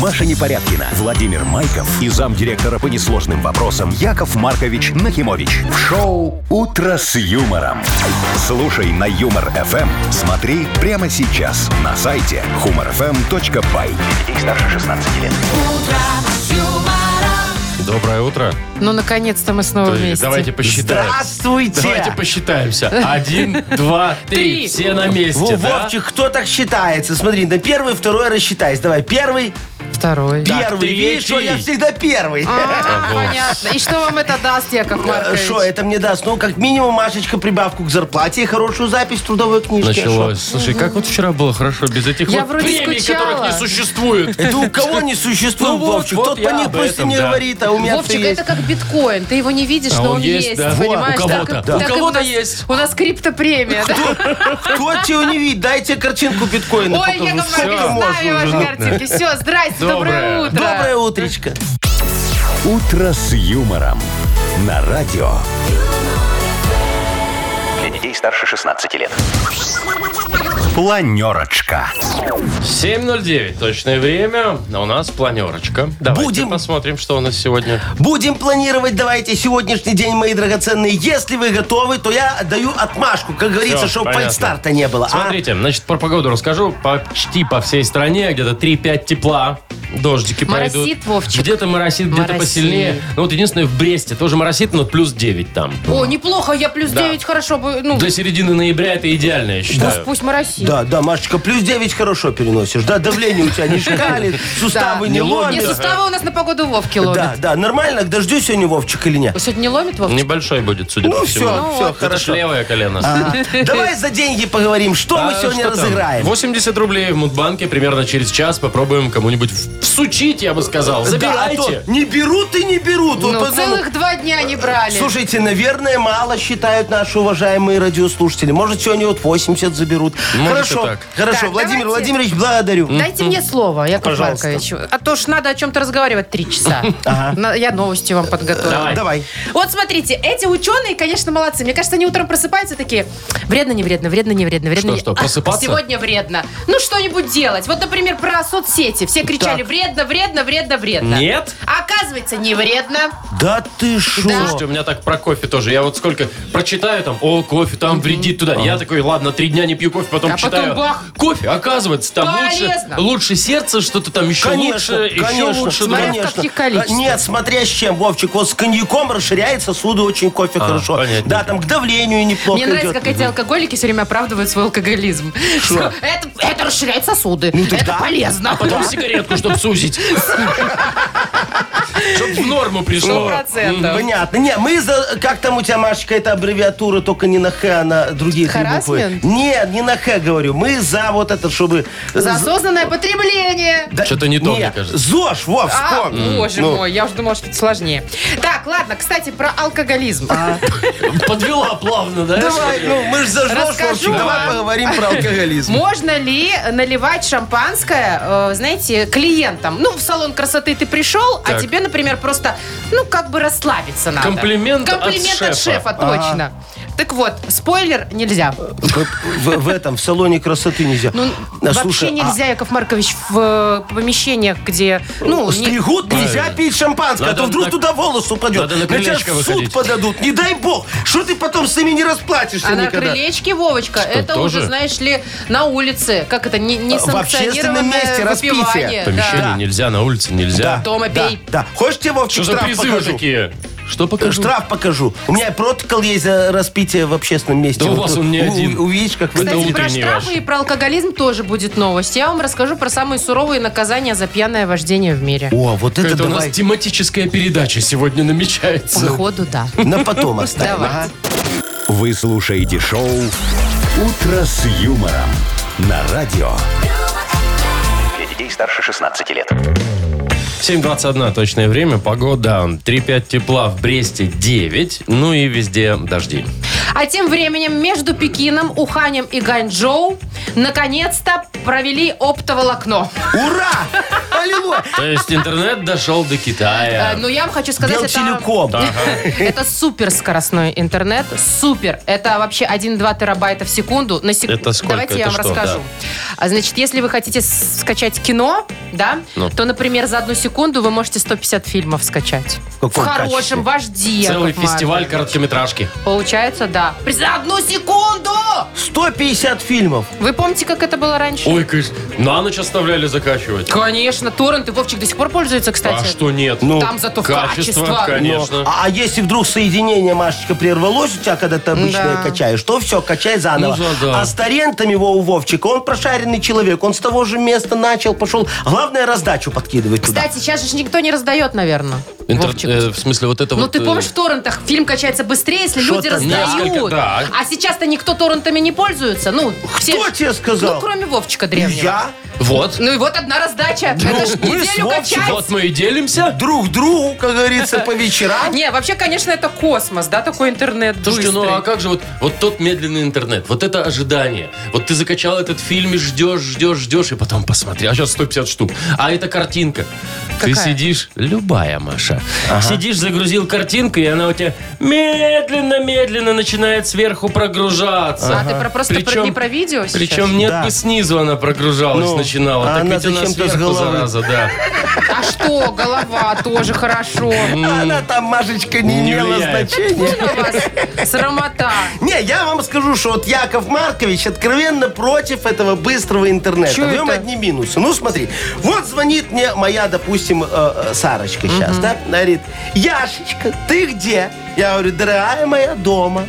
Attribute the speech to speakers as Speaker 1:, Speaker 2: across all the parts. Speaker 1: Маша Непорядкина, Владимир Майков и замдиректора по несложным вопросам Яков Маркович Нахимович. В шоу «Утро с юмором». Слушай на «Юмор-ФМ». Смотри прямо сейчас на сайте humorfm.by. Детей старше 16 лет.
Speaker 2: Доброе утро.
Speaker 3: Ну, наконец-то мы снова
Speaker 2: Подожди,
Speaker 3: вместе.
Speaker 2: Давайте посчитаем.
Speaker 4: Здравствуйте!
Speaker 2: Давайте посчитаемся. Один, два, три.
Speaker 3: Три.
Speaker 2: Все на
Speaker 4: Во,
Speaker 2: месте, да?
Speaker 4: Вовчик, кто так считается? Смотри, на первый, второй рассчитайся. Давай, первый,
Speaker 3: Второй.
Speaker 4: первый.
Speaker 2: ты
Speaker 4: Видишь, что я
Speaker 2: веди.
Speaker 4: всегда первый.
Speaker 3: А, понятно. И что вам это даст, Яков Маркович?
Speaker 4: Что это мне даст? Ну, как минимум, Машечка, прибавку к зарплате и хорошую запись в трудовой книжке.
Speaker 2: Началось. Слушай, как вот вчера было хорошо без этих
Speaker 3: Я
Speaker 2: вот
Speaker 3: вроде
Speaker 2: премий,
Speaker 3: скучала.
Speaker 2: которых не существует.
Speaker 4: Это у кого не
Speaker 2: Ну
Speaker 4: существует,
Speaker 2: вот,
Speaker 4: Вовчик?
Speaker 2: вот
Speaker 4: Тот
Speaker 2: я
Speaker 4: по них
Speaker 2: об
Speaker 4: пусть и
Speaker 2: этом,
Speaker 4: не
Speaker 2: да.
Speaker 4: говорит, а у меня
Speaker 3: Вовчик,
Speaker 4: есть.
Speaker 3: это как биткоин. Ты его не видишь,
Speaker 2: А
Speaker 3: но
Speaker 2: он
Speaker 3: он
Speaker 2: есть,
Speaker 3: есть.
Speaker 2: да. Во,
Speaker 3: Понимаешь?
Speaker 2: у
Speaker 3: Так-
Speaker 2: кого-то.
Speaker 3: так
Speaker 2: У
Speaker 3: и
Speaker 2: кого-то
Speaker 3: у нас-
Speaker 2: есть.
Speaker 3: У нас криптопремия. да?
Speaker 4: Кто тебя не видит? Дайте картинку биткоина
Speaker 3: Ой,
Speaker 4: покажу.
Speaker 3: Яков
Speaker 4: Сколько
Speaker 2: Всё.
Speaker 3: Маркович, с нами
Speaker 4: можно уже?
Speaker 3: ваши картинки. Все, здрасте,
Speaker 2: Доброе.
Speaker 3: доброе утро.
Speaker 4: Доброе утречко.
Speaker 1: «Утро с юмором» на радио.
Speaker 5: Для детей старше 16 лет.
Speaker 1: Планерочка.
Speaker 2: 7.09. Точное время. А у нас планерочка. Давайте
Speaker 4: Будем.
Speaker 2: посмотрим, что у нас сегодня.
Speaker 4: Будем планировать, давайте, сегодняшний день, мои драгоценные. Если вы готовы, то я даю отмашку, как говорится,
Speaker 2: Всё,
Speaker 4: чтобы
Speaker 2: понятно.
Speaker 4: подстарта не было. а?
Speaker 2: Смотрите, значит, про погоду расскажу. Почти по всей стране где-то 3-5 тепла. Дождики
Speaker 3: Моросит,
Speaker 2: пойдут.
Speaker 3: Вовчик?
Speaker 2: Где-то моросит, где-то
Speaker 3: Моросит.
Speaker 2: посильнее. Ну вот единственное, в Бресте тоже моросит, но плюс 9 там.
Speaker 3: О, неплохо, я плюс
Speaker 2: Да.
Speaker 3: 9, хорошо бы. Ну,
Speaker 2: До середины ноября это идеально, я
Speaker 3: пусть,
Speaker 2: считаю.
Speaker 3: пусть моросит.
Speaker 4: Да, да, Машечка, плюс 9 хорошо переносишь. Да, давление у тебя не шкалит,
Speaker 3: Да.
Speaker 4: суставы не
Speaker 2: Не
Speaker 3: Не,
Speaker 2: ломит.
Speaker 4: ломят.
Speaker 3: суставы у нас на погоду Вовки
Speaker 4: Да,
Speaker 3: ловят.
Speaker 4: да, нормально, к дождю сегодня Вовчик или нет?
Speaker 3: Сегодня не ломит Вовчик?
Speaker 2: Небольшой будет, судя
Speaker 4: Ну
Speaker 2: по всему.
Speaker 4: все, все,
Speaker 2: Это ж
Speaker 4: хорошо. А.
Speaker 2: левое колено.
Speaker 4: Давай за деньги поговорим, что Ну, мы
Speaker 2: А
Speaker 4: сегодня
Speaker 2: что там?
Speaker 4: разыграем.
Speaker 2: 80 рублей в Мудбанке примерно через час попробуем кому-нибудь в- всучить, я бы сказал.
Speaker 4: Да, а то
Speaker 2: Забирайте.
Speaker 4: Не берут и не берут. Вот
Speaker 3: Ну,
Speaker 4: поэтому-
Speaker 3: целых два дня не брали.
Speaker 4: Слушайте, наверное, мало считают наши уважаемые радиослушатели. Может, сегодня вот 80 заберут.
Speaker 2: Может,
Speaker 4: хорошо,
Speaker 2: и так.
Speaker 4: хорошо.
Speaker 3: Так,
Speaker 4: Владимир
Speaker 3: давайте.
Speaker 4: Владимирович, благодарю.
Speaker 3: Дайте мне слово, Яков
Speaker 4: Пожалуйста.
Speaker 3: Маркович. А то ж надо о чем-то разговаривать три часа. На- Я новости вам подготовила.
Speaker 2: Давай.
Speaker 4: Давай.
Speaker 3: Вот смотрите, эти ученые, конечно, молодцы. Мне кажется, они утром просыпаются такие, вредно, не вредно, вредно, не вредно, вредно.
Speaker 2: Что,
Speaker 3: не-
Speaker 2: что,
Speaker 3: А,
Speaker 2: просыпаться?
Speaker 3: сегодня вредно. Ну, что-нибудь делать. Вот, например, про соцсети. Все кричали,
Speaker 4: Так.
Speaker 3: вредно, вредно, вредно, вредно.
Speaker 2: Нет?
Speaker 3: А Оказывается, не вредно.
Speaker 4: Да ты шо?
Speaker 2: Слушайте, у меня так про кофе тоже. Я вот сколько прочитаю там, о, кофе там вредит туда. Я такой, ладно, три дня не пью кофе, потом
Speaker 3: А потом
Speaker 2: читаю.
Speaker 3: бах.
Speaker 2: Кофе, оказывается, там лучше,
Speaker 3: Полезно.
Speaker 2: лучше сердце, что-то там еще лучше, еще лучше.
Speaker 3: Смотря
Speaker 2: да.
Speaker 3: в каких количествах.
Speaker 4: Нет, смотря с чем, Вовчик. Вот с коньяком расширяет сосуды очень кофе хорошо.
Speaker 2: А, понятненько.
Speaker 4: Да, там к давлению неплохо
Speaker 3: Мне нравится,
Speaker 4: идет.
Speaker 3: как эти алкоголики все время оправдывают свой алкоголизм. Что Это, это расширяет сосуды. это
Speaker 4: да.
Speaker 3: полезно.
Speaker 2: Потом сигаретку, чтобы сузить. Чтоб в норму
Speaker 3: Ну,
Speaker 2: пришло.
Speaker 3: 100%.
Speaker 4: Понятно. Не, мы за... Как там у тебя, Машечка, эта аббревиатура только не на Х, а на другие три буквы.
Speaker 3: Харассмент?
Speaker 4: Нет, не на Х, говорю. Мы за вот это, чтобы...
Speaker 3: За осознанное потребление.
Speaker 4: Да-
Speaker 2: Что-то не то, мне кажется.
Speaker 4: ЗОЖ, Вов,
Speaker 3: А,
Speaker 4: вспомни.
Speaker 3: боже
Speaker 4: Ну.
Speaker 3: мой, я уже думала, что это сложнее. Так, ладно, кстати, про алкоголизм.
Speaker 2: Подвела плавно, да?
Speaker 4: Давай, ну, мы же за ЗОЖ,
Speaker 3: Расскажу
Speaker 4: Вовчик, давай
Speaker 3: вам.
Speaker 4: поговорим про алкоголизм.
Speaker 3: Можно ли наливать шампанское, э, знаете, клиентам? Ну, в салон красоты ты пришел, а
Speaker 2: Так.
Speaker 3: тебе, например, просто, ну, как бы расслабиться надо.
Speaker 2: Комплимент от
Speaker 3: Комплимент от
Speaker 2: шефа.
Speaker 3: шефа, точно. Так вот, спойлер нельзя.
Speaker 4: В, в этом, в салоне красоты нельзя.
Speaker 3: Ну,
Speaker 4: А,
Speaker 3: вообще
Speaker 4: слушай, а
Speaker 3: нельзя, Яков Маркович, в э, помещениях, где... Ну, не-
Speaker 4: Стригут, нельзя
Speaker 2: Правильно.
Speaker 4: пить шампанское,
Speaker 2: Надо
Speaker 4: а то вдруг
Speaker 2: на-
Speaker 4: туда волос упадет.
Speaker 2: Надо на
Speaker 4: тебя
Speaker 2: крылечко
Speaker 4: в
Speaker 2: выходить.
Speaker 4: суд подадут, не дай бог. Что ты потом с ними не расплатишься
Speaker 3: А на
Speaker 4: никогда?
Speaker 3: крылечке, Вовочка, это
Speaker 2: тоже?
Speaker 3: уже, знаешь ли, на улице. Как это, не, не
Speaker 4: В общественном месте распитие.
Speaker 3: выпивание.
Speaker 2: Помещение
Speaker 3: Да.
Speaker 2: нельзя, на улице нельзя.
Speaker 3: Дома
Speaker 4: да,
Speaker 3: пей.
Speaker 4: да. Хочешь тебе, Вовчик,
Speaker 2: Что за
Speaker 4: штраф
Speaker 2: призывы
Speaker 4: покажу?
Speaker 2: такие? Что
Speaker 4: Э,
Speaker 2: покажу?
Speaker 4: Штраф покажу. У меня протокол есть за распитие в общественном месте.
Speaker 2: Да у
Speaker 4: Вот
Speaker 2: вас
Speaker 4: тут
Speaker 2: он не
Speaker 4: у-
Speaker 2: один.
Speaker 4: Увидишь, как вы...
Speaker 2: Это
Speaker 3: Кстати, про
Speaker 2: утренний
Speaker 3: штрафы
Speaker 2: ваш.
Speaker 3: и про алкоголизм тоже будет новость. Я вам расскажу про самые суровые наказания за пьяное вождение в мире.
Speaker 4: О, вот это
Speaker 2: Это у нас
Speaker 4: давай.
Speaker 2: тематическая передача сегодня намечается.
Speaker 3: Походу, да.
Speaker 4: На потом оставим.
Speaker 3: Давайте.
Speaker 4: ага.
Speaker 1: Вы слушаете шоу «Утро с юмором» на радио.
Speaker 5: Для детей старше 16 лет.
Speaker 2: 7.21 точное время, погода 3.5 тепла, в Бресте 9, ну и везде дожди.
Speaker 3: А тем временем между Пекином, Уханем и Ганчжоу наконец-то провели оптоволокно.
Speaker 4: Ура! Аллилуйя.
Speaker 2: То есть интернет дошел до
Speaker 3: Э,
Speaker 2: Китая.
Speaker 3: Ну, я вам хочу сказать, это...
Speaker 4: Белтелеком.
Speaker 3: Это супер скоростной интернет, супер. Это вообще 1-2 терабайта в секунду. На сек-
Speaker 2: Это сколько?
Speaker 3: Давайте я
Speaker 2: Это
Speaker 3: вам
Speaker 2: что?
Speaker 3: расскажу. А, Значит, если вы хотите с- скачать кино, да,
Speaker 2: Ну.
Speaker 3: то, например, за одну секунду вы можете 150 фильмов скачать.
Speaker 4: В каком
Speaker 3: в
Speaker 4: качестве?
Speaker 3: хорошем, вожди.
Speaker 2: Целый
Speaker 3: Яков Маркович.
Speaker 2: фестиваль короткометражки.
Speaker 3: Получается, да. При- За одну секунду!
Speaker 4: 150 фильмов.
Speaker 3: Вы помните, как это было раньше?
Speaker 2: Ой, кыш, на ночь оставляли закачивать.
Speaker 3: Конечно, торренты. Вовчик до сих пор пользуется,
Speaker 2: А
Speaker 3: кстати.
Speaker 2: что нет?
Speaker 4: Ну,
Speaker 3: Там зато
Speaker 2: Качество,
Speaker 3: качество.
Speaker 2: конечно.
Speaker 4: А, а если вдруг соединение, Машечка, прервалось у тебя, когда ты обычное
Speaker 3: Да.
Speaker 4: качаешь, то все, качай заново.
Speaker 2: Ну, да, да.
Speaker 4: А с торрентом его у Вовчика, он прошаренный человек, он с того же места начал, пошел. Главное, раздачу подкидывать туда.
Speaker 3: Кстати, сейчас же никто не раздает, наверное.
Speaker 2: Интер-
Speaker 3: Вовчик.
Speaker 2: э, в смысле, вот это
Speaker 3: Ну,
Speaker 2: вот...
Speaker 3: ты
Speaker 2: э,
Speaker 3: помнишь, в торрентах фильм качается быстрее, если люди
Speaker 4: Что-то
Speaker 2: несколько,
Speaker 3: раздают.
Speaker 2: да.
Speaker 3: А сейчас-то никто торрентами не пользуется. Ну, все
Speaker 4: Кто
Speaker 3: ж-
Speaker 4: тебе сказал?
Speaker 3: Ну, кроме Вовчика древнего.
Speaker 4: Я
Speaker 2: Вот.
Speaker 3: Ну и вот одна раздача.
Speaker 4: Ну,
Speaker 3: Это ж
Speaker 4: мы с
Speaker 3: неделю
Speaker 4: Вовчиком-
Speaker 3: качать.
Speaker 2: Вот мы и делимся.
Speaker 4: друг другу, как говорится, по вечерам.
Speaker 3: Не, вообще, конечно, это космос, да, такой интернет
Speaker 2: Слушайте, ну а
Speaker 3: быстрый.
Speaker 2: как же вот, вот тот медленный интернет, вот это ожидание. Вот ты закачал этот фильм и ждешь, ждешь, ждешь, и потом посмотри. А сейчас 150 штук. А это картинка. Ты
Speaker 3: Какая?
Speaker 2: сидишь, любая Маша, сидишь, загрузил картинку, и она у тебя медленно-медленно начинает сверху прогружаться.
Speaker 3: А ты про- просто про- не про видео сейчас?
Speaker 2: Причем нет
Speaker 4: Да.
Speaker 2: бы снизу она прогружалась,
Speaker 4: Ну,
Speaker 2: начинала.
Speaker 4: а
Speaker 2: так
Speaker 4: она
Speaker 2: ведь она
Speaker 4: зачем-то с
Speaker 2: сверху,
Speaker 4: головы.
Speaker 2: зараза, да.
Speaker 3: А что, голова тоже хорошо.
Speaker 4: Она там, Машечка, не,
Speaker 2: Не
Speaker 4: имела
Speaker 2: влияет.
Speaker 4: значения.
Speaker 3: Вон у вас срамота.
Speaker 4: Не, я вам скажу, что вот Яков Маркович откровенно против этого быстрого интернета.
Speaker 3: Чё
Speaker 4: В нем
Speaker 3: это?
Speaker 4: одни минусы. Ну, смотри, вот звонит мне моя, допустим, э, э, Сарочка сейчас, да? Она говорит, Яшечка, ты где? Я говорю, дорогая моя, дома.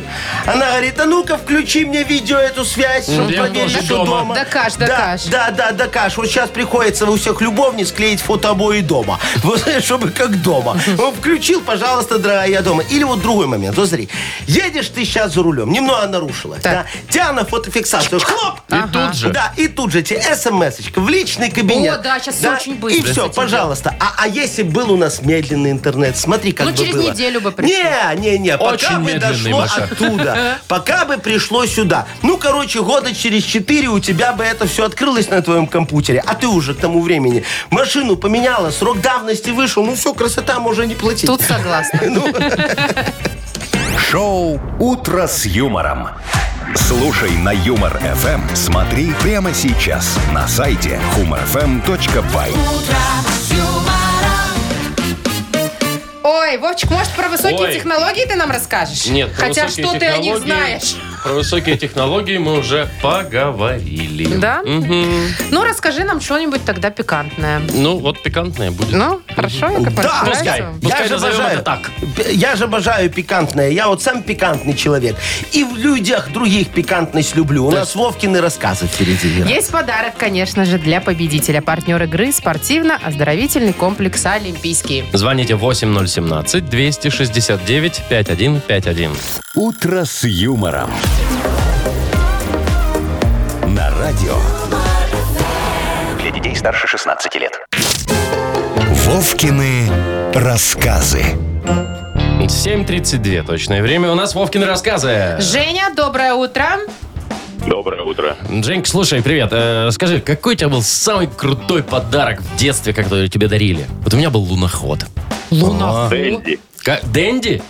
Speaker 4: Она говорит, а ну-ка включи мне видео эту связь, чтобы
Speaker 2: я
Speaker 4: проверить,
Speaker 2: тоже
Speaker 4: что
Speaker 2: дома».
Speaker 4: дома.
Speaker 3: Докаж,
Speaker 4: Да,
Speaker 3: докаж.
Speaker 4: Да, да, докаж. Вот сейчас приходится у всех любовниц клеить фотообои дома. Вот, чтобы как дома. Он включил, пожалуйста, дорогая, я дома. Или вот другой момент. Вот смотри. Едешь ты сейчас за рулем. Немного нарушила. Да.
Speaker 3: Так.
Speaker 4: Тебя на фотофиксацию. Хлоп!
Speaker 2: И тут же.
Speaker 4: Да, и тут же тебе смс-очка в личный кабинет.
Speaker 3: О, да, щас всё очень быстро
Speaker 4: И
Speaker 3: с
Speaker 4: все,
Speaker 3: этим
Speaker 4: пожалуйста. А, а если был у нас медленный интернет, смотри, как
Speaker 3: Ну,
Speaker 4: бы
Speaker 3: через
Speaker 4: было.
Speaker 3: неделю бы пришло.
Speaker 4: Не, не, не. Пока
Speaker 2: Очень
Speaker 4: бы
Speaker 2: медленный,
Speaker 4: дошло а
Speaker 2: Маша.
Speaker 4: оттуда. Пока бы пришло сюда. Ну, короче, года через четыре у тебя бы это все открылось на твоем компьютере. А ты уже к тому времени машину поменяла, срок давности вышел. Ну, все, красота, можно не платить.
Speaker 3: Тут согласна.
Speaker 1: Шоу «Утро с юмором». Слушай на Юмор ФМ. Смотри прямо сейчас на сайте humorfm.by.
Speaker 3: Ой, Вовчик, может, про высокие
Speaker 2: Ой.
Speaker 3: технологии ты нам расскажешь?
Speaker 2: Нет, про
Speaker 3: Хотя
Speaker 2: высокие
Speaker 3: что ты о них
Speaker 2: технологии-
Speaker 3: знаешь?
Speaker 2: Про высокие технологии мы уже поговорили.
Speaker 3: Да?
Speaker 2: Мгм.
Speaker 3: Ну, расскажи нам что-нибудь тогда пикантное.
Speaker 2: Ну, вот пикантное будет.
Speaker 3: Ну, хорошо, я как
Speaker 4: Да,
Speaker 2: Пускай.
Speaker 4: Я
Speaker 2: Пускай
Speaker 4: же
Speaker 2: назовем
Speaker 4: обожаю.
Speaker 2: это так.
Speaker 4: П- Я же обожаю пикантное. Я вот сам пикантный человек. И в людях других пикантность люблю. У нас Вовкины рассказы впереди. Вера.
Speaker 3: Есть подарок, конечно же, для победителя. Партнер игры спортивно-оздоровительный комплекс «Олимпийский».
Speaker 2: Звоните 8017-269-5151.
Speaker 1: «Утро с юмором». На радио
Speaker 5: Для детей старше 16 лет.
Speaker 1: «Вовкины рассказы».
Speaker 2: 7.32 точное время. У нас Вовкины рассказы.
Speaker 3: Женя, доброе утро.
Speaker 6: Доброе утро.
Speaker 2: Женька, слушай, привет. Э, скажи, какой у тебя был самый крутой подарок в детстве, который тебе дарили? Вот у меня был луноход.
Speaker 3: Луна.
Speaker 6: Дэнди.
Speaker 2: Ка- Дэнди?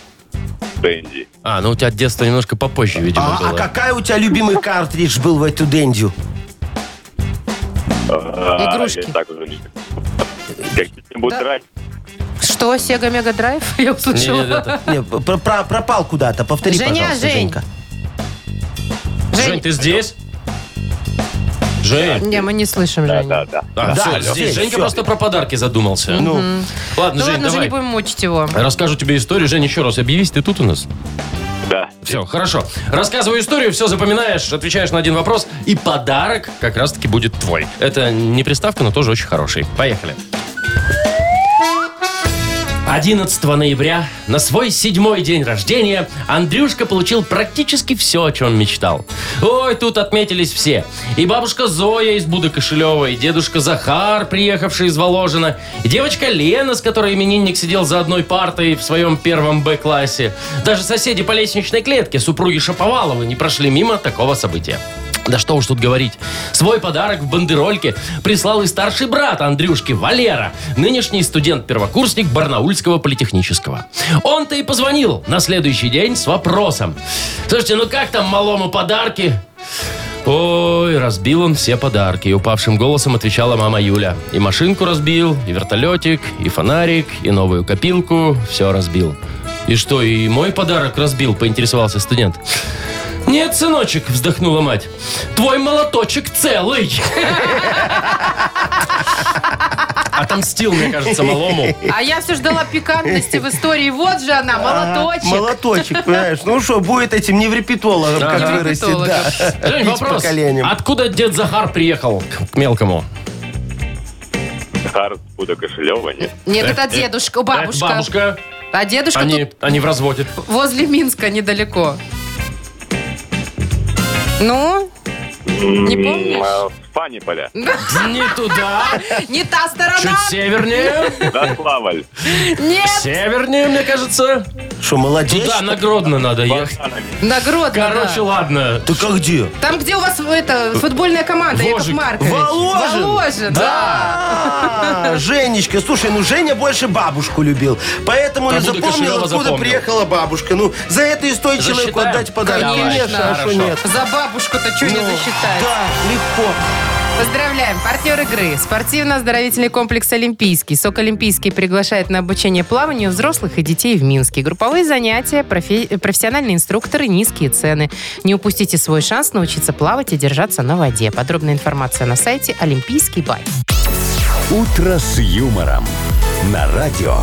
Speaker 6: Дэнди.
Speaker 2: А, ну у тебя детство немножко попозже, видимо,
Speaker 4: А, а
Speaker 2: было.
Speaker 4: какая у тебя любимый картридж был в эту дендю?
Speaker 6: А,
Speaker 3: Игрушки.
Speaker 6: я так уже не- Какие-нибудь драть.
Speaker 3: Что, Sega Mega Drive?
Speaker 2: Не,
Speaker 3: Я
Speaker 2: не,
Speaker 3: услышала.
Speaker 2: это-
Speaker 4: Не, про- про- пропал куда-то. Повтори,
Speaker 3: Женя,
Speaker 4: пожалуйста,
Speaker 3: Жень.
Speaker 4: Женька.
Speaker 2: Жень, ты здесь? Жень.
Speaker 3: Не, мы не слышим,
Speaker 6: Да,
Speaker 3: Женя.
Speaker 6: да, да.
Speaker 2: А,
Speaker 4: Да,
Speaker 2: всё,
Speaker 4: здесь,
Speaker 2: здесь Женька
Speaker 4: всё.
Speaker 2: просто про подарки задумался.
Speaker 4: Ну,
Speaker 2: Ладно, Жень,
Speaker 3: Ну ладно, уже не
Speaker 2: давай.
Speaker 3: будем мучить его.
Speaker 2: Расскажу тебе историю. Жень, еще раз объявись, ты тут у нас?
Speaker 6: Да.
Speaker 2: Все, хорошо. Рассказываю историю, все запоминаешь, отвечаешь на один вопрос, и подарок как раз-таки будет твой. Это не приставка, но тоже очень хороший. Поехали. 11 ноября на свой седьмой день рождения Андрюшка получил практически все, о чем мечтал. Ой, тут отметились все. И бабушка Зоя из Буды Кошелева, и дедушка Захар, приехавший из Воложина, и девочка Лена, с которой именинник сидел за одной партой в своем первом Б-классе. Даже соседи по лестничной клетке, супруги Шаповаловы, не прошли мимо такого события. Да что уж тут говорить. Свой подарок в бандерольке прислал и старший брат Андрюшки, Валера, нынешний студент-первокурсник Барнаульского политехнического. Он-то и позвонил на следующий день с вопросом. Слушайте, ну как там малому подарки? Ой, разбил он все подарки. И упавшим голосом отвечала мама Юля. И машинку разбил, и вертолетик, и фонарик, и новую копилку. Все разбил. И что, и мой подарок разбил, поинтересовался студент. Нет, сыночек, вздохнула мать. Твой молоточек целый. Отомстил, мне кажется, малому.
Speaker 3: А я все ждала пикантности в истории. Вот же она,
Speaker 6: А,
Speaker 3: молоточек.
Speaker 4: Молоточек, понимаешь? Ну что, будет этим неврепетологом,
Speaker 2: Да.
Speaker 4: как вырастет. Да.
Speaker 2: Жень,
Speaker 4: Бить
Speaker 2: вопрос. А
Speaker 4: поколением.
Speaker 2: Откуда дед Захар приехал к к мелкому?
Speaker 6: Харт, Пуда Кошелева, нет?
Speaker 3: Нет, это дедушка, бабушка.
Speaker 2: Э, Бабушка.
Speaker 3: А дедушка
Speaker 2: Они, они в разводе.
Speaker 3: тут возле Минска недалеко. Ну, не помнишь?
Speaker 6: Фани поля.
Speaker 2: Не туда.
Speaker 3: Не та
Speaker 2: Чуть
Speaker 3: сторона.
Speaker 2: севернее.
Speaker 6: Да, Славаль.
Speaker 3: Нет.
Speaker 2: Севернее, мне кажется.
Speaker 4: Что, молодец?
Speaker 2: Туда, ну, на Гродно надо ехать.
Speaker 3: На Гродно.
Speaker 2: Короче,
Speaker 3: да.
Speaker 2: ладно.
Speaker 4: Ты как где?
Speaker 3: Там, где у вас это, футбольная команда, Яков
Speaker 2: Вожик.
Speaker 3: Маркович.
Speaker 4: Воложин.
Speaker 3: Воложин, да.
Speaker 4: А, Женечка, слушай, ну Женя больше бабушку любил. Поэтому я
Speaker 2: Как будто
Speaker 4: запомнил,
Speaker 2: Кошелева
Speaker 4: откуда
Speaker 2: запомнил.
Speaker 4: приехала бабушка. Ну, за это и стоит
Speaker 2: Засчитаем?
Speaker 4: человеку отдать подарок.
Speaker 2: Конечно,
Speaker 4: а что
Speaker 2: хорошо.
Speaker 4: нет?
Speaker 3: За бабушку-то что не
Speaker 4: Ну,
Speaker 3: засчитать?
Speaker 4: Да, легко.
Speaker 3: Поздравляем! Партнер игры. Спортивно-оздоровительный комплекс «Олимпийский». СОК «Олимпийский» приглашает на обучение плаванию взрослых и детей в Минске. Групповые занятия, профи- профессиональные инструкторы, низкие цены. Не упустите свой шанс научиться плавать и держаться на воде. Подробная информация на сайте «Олимпийский бай».
Speaker 1: «Утро с юмором» на радио.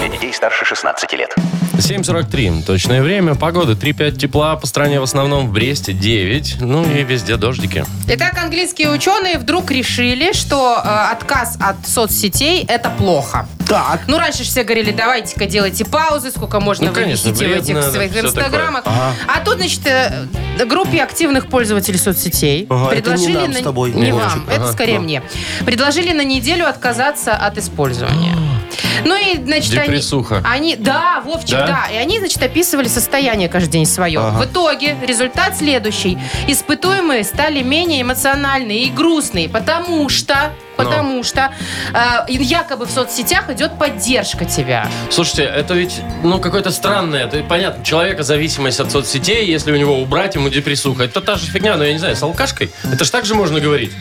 Speaker 5: Для детей старше 16 лет.
Speaker 2: 7.43. Точное время. Погода 3-5 тепла. По стране в основном в Бресте 9. Ну и везде дождики.
Speaker 3: Итак, английские ученые вдруг решили, что э, отказ от соцсетей – это плохо.
Speaker 4: Так.
Speaker 3: Ну, раньше же все говорили, давайте-ка делайте паузы, сколько можно
Speaker 2: Ну, конечно,
Speaker 3: вывесить в
Speaker 2: вредно,
Speaker 3: этих своих
Speaker 2: всё
Speaker 3: инстаграмах. А тут, значит, э, группе активных пользователей соцсетей
Speaker 4: Ага, это
Speaker 3: предложили...
Speaker 4: не нам с тобой,
Speaker 3: Не
Speaker 4: Вовчик.
Speaker 3: вам, это скорее мне. Предложили на неделю отказаться от использования.
Speaker 4: А.
Speaker 3: Ну и, значит, они-
Speaker 2: Депрессуха.
Speaker 3: Они, да, Вовчик,
Speaker 2: Да?
Speaker 3: да? И они, значит, описывали состояние каждый день свое. В итоге результат следующий. Испытуемые стали менее эмоциональные и грустные, потому что...
Speaker 2: Но.
Speaker 3: Потому что э, якобы в соцсетях идет поддержка тебя.
Speaker 2: Слушайте, это ведь, ну, какое-то странное. Это понятно, у человека зависимость от соцсетей. Если у него убрать, ему депрессуха. Это та же фигня, но я не знаю, с алкашкой. Это ж так же можно говорить.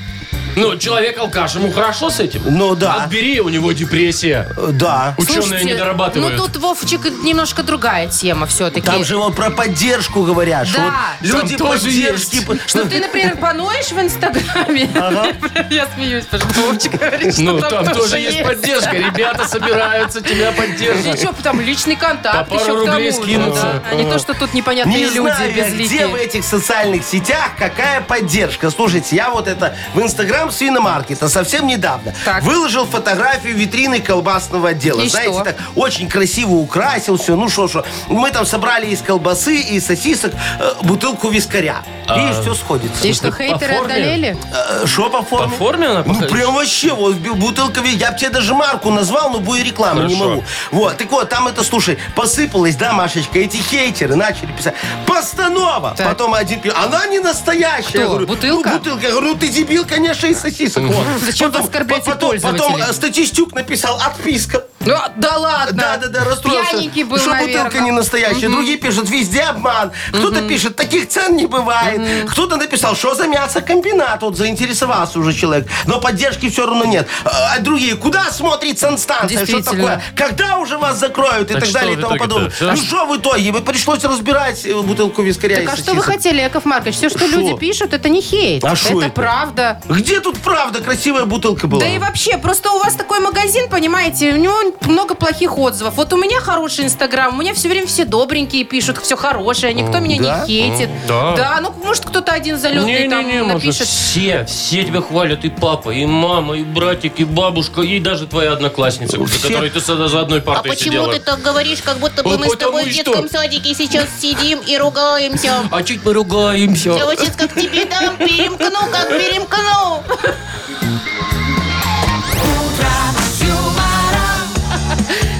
Speaker 2: Ну, человек алкаш, ему хорошо с этим?
Speaker 4: Ну да.
Speaker 2: Отбери, у него депрессия.
Speaker 4: Э, Да.
Speaker 2: Ученые
Speaker 3: Слушайте,
Speaker 2: не дорабатывают.
Speaker 3: Ну тут, Вовчик, немножко другая тема все-таки.
Speaker 4: Там же вот про поддержку говорят. что
Speaker 3: Да.
Speaker 4: вот люди
Speaker 2: Ну, Там тоже
Speaker 4: поддержки...
Speaker 2: есть.
Speaker 4: по-
Speaker 3: Что ты, например, бануешь в Инстаграме? Я смеюсь, потому что Вовчик говорит, что
Speaker 2: Ну, там, тоже есть поддержка. Ребята собираются тебя
Speaker 3: Ты
Speaker 2: поддерживать.
Speaker 3: что, там личный контакт
Speaker 2: Да, пару
Speaker 3: еще к
Speaker 2: рублей
Speaker 3: тому же,
Speaker 2: скинуться.
Speaker 3: да. А не то, что тут непонятные
Speaker 4: Не
Speaker 3: люди
Speaker 4: знаю я, где в
Speaker 3: безликие.
Speaker 4: этих социальных сетях какая поддержка. Слушайте, я вот это в Инстаграм свиномаркета совсем недавно
Speaker 3: Так.
Speaker 4: выложил фотографию витрины колбасного отдела.
Speaker 3: И
Speaker 4: Знаете,
Speaker 3: что?
Speaker 4: так очень красиво украсил все. Ну что, что. Мы там собрали из колбасы и сосисок э, бутылку вискаря. И все сходится.
Speaker 3: И что, хейтеры
Speaker 2: форме?
Speaker 3: одолели?
Speaker 4: Э, Что по форме?
Speaker 2: По форме она
Speaker 4: Ну,
Speaker 2: пока-
Speaker 4: прям вообще, вот бю- бутылка, ви- я бы тебе даже марку назвал, но будет реклама, не
Speaker 2: Хорошо.
Speaker 4: могу. Вот, так вот, там это, слушай, посыпалось, да, Машечка, эти хейтеры начали писать. Постанова!
Speaker 3: Так.
Speaker 4: Потом один пи- она не настоящая.
Speaker 3: Кто?
Speaker 4: Я говорю,
Speaker 3: Бутылка?
Speaker 4: Ну, бутылка. Я говорю, ну ты дебил, конечно, и сосисок. Вот.
Speaker 3: Зачем вы
Speaker 4: Потом-
Speaker 3: оскорбляете
Speaker 4: потом- Потом
Speaker 3: пользователей?
Speaker 4: э, статистюк написал, отписка.
Speaker 3: Ну, да ладно.
Speaker 4: Да, да, да, расстроился.
Speaker 3: Пьяненький был,
Speaker 4: Что бутылка
Speaker 3: наверное.
Speaker 4: не настоящая. Другие пишут, везде обман. Кто-то пишет, таких цен не бывает. Кто-то написал, что за мясокомбинат. Вот заинтересовался уже человек. Но поддержки все равно нет. А а другие, куда смотрит санстанция? Что
Speaker 3: Действительно.
Speaker 4: такое? Когда уже вас закроют? И
Speaker 2: Так
Speaker 4: так
Speaker 2: что
Speaker 4: далее, и
Speaker 2: в
Speaker 4: тому
Speaker 2: итоге-то?
Speaker 4: подобное.
Speaker 2: Всё?
Speaker 4: Ну что в итоге? Вы Пришлось разбирать э, бутылку вискаря и
Speaker 3: Так а что вы
Speaker 4: сосисок.
Speaker 3: хотели, Яков Маркович? Все, что
Speaker 4: Шо?
Speaker 3: люди пишут, это не хейт.
Speaker 4: А
Speaker 3: это?
Speaker 4: шо это?
Speaker 3: правда.
Speaker 4: Где тут правда красивая бутылка была?
Speaker 3: Да и вообще, просто у вас такой магазин, понимаете, у него много плохих отзывов. Вот у меня хороший инстаграм, у меня все время все добренькие пишут, все хорошее, никто меня
Speaker 4: да?
Speaker 3: не хейтит.
Speaker 2: да.
Speaker 3: ну может кто-то один залетный там напишет.
Speaker 2: все, все тебя хвалят, и папа, и мама, и братик, и бабушка, и даже твоя одноклассница, за
Speaker 4: Все.
Speaker 2: которой ты за за одной
Speaker 7: А
Speaker 2: партой
Speaker 7: почему
Speaker 2: сидела.
Speaker 7: ты так говоришь, как будто бы
Speaker 2: Ну,
Speaker 7: мы с тобой
Speaker 2: потому
Speaker 7: в
Speaker 2: что.
Speaker 7: детском садике сейчас сидим и ругаемся?
Speaker 2: А чуть мы ругаемся.
Speaker 7: Я вот сейчас как тебе дам, перемкну, как перемкну.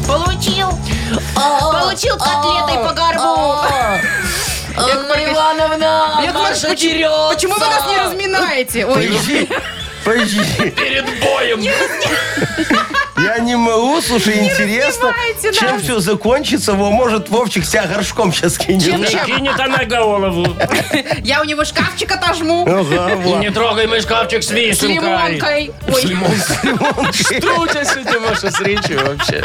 Speaker 7: Получил. Получил котлетой по горбу.
Speaker 3: Яков Маркович,
Speaker 8: Ивановна,
Speaker 3: Яков Маркович,
Speaker 8: ваша
Speaker 3: А почему-
Speaker 8: дерется.
Speaker 3: Почему вы нас не разминаете? Ой,
Speaker 4: Пойди, пойди.
Speaker 2: Перед боем.
Speaker 4: Я не могу, слушай, интересно,
Speaker 3: раздевайте
Speaker 4: чем
Speaker 3: нас.
Speaker 4: все закончится. Во, может, Вовчик себя горшком сейчас кинет.
Speaker 3: Чем, чем?
Speaker 2: Кинет она голову.
Speaker 3: Я у него шкафчик отожму.
Speaker 4: Ага,
Speaker 2: И
Speaker 4: вот.
Speaker 2: не трогай мой шкафчик с
Speaker 3: С
Speaker 2: вишенкой.
Speaker 3: лимонкой.
Speaker 2: С
Speaker 3: Ой,
Speaker 2: лимонкой. Что у тебя сегодня, Маша, с речью вообще?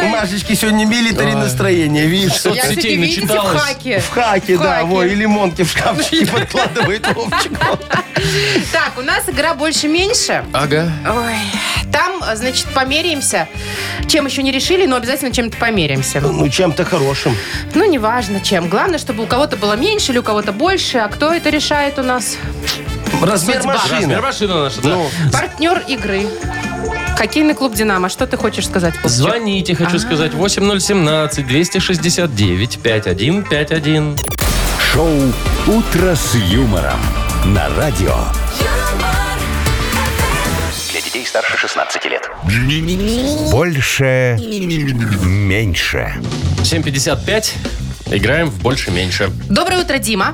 Speaker 4: У Машечки сегодня милитари настроение, видишь?
Speaker 3: я
Speaker 2: соцсетей
Speaker 3: сегодня, видите, в
Speaker 2: начиталась.
Speaker 3: хаке.
Speaker 4: В хаке, да,
Speaker 3: хаке. Ну,
Speaker 4: во, и лимонки в шкафчике подкладывает Вовчик.
Speaker 3: Так, у нас игра больше-меньше.
Speaker 2: Ага.
Speaker 3: Ой. Там, значит, померяемся. Чем еще не решили, но обязательно чем-то померяемся.
Speaker 4: Ну, чем-то хорошим.
Speaker 3: Ну, неважно чем. Главное, чтобы у кого-то было меньше или у кого-то больше. А кто это решает у нас?
Speaker 4: Размер
Speaker 3: Судьба.
Speaker 4: машины.
Speaker 2: Размер машины наша, да.
Speaker 4: Ну,
Speaker 3: Партнер игры. Хоккейный клуб «Динамо». Что ты хочешь сказать? Вовчик?
Speaker 2: Звоните, хочу сказать, 8017-269-5151.
Speaker 1: Шоу «Утро с юмором» на радио.
Speaker 8: юмор,
Speaker 5: Для детей старше 16 лет.
Speaker 1: Больше. Меньше.
Speaker 2: 755. Играем в больше-меньше.
Speaker 3: Доброе утро, Дима.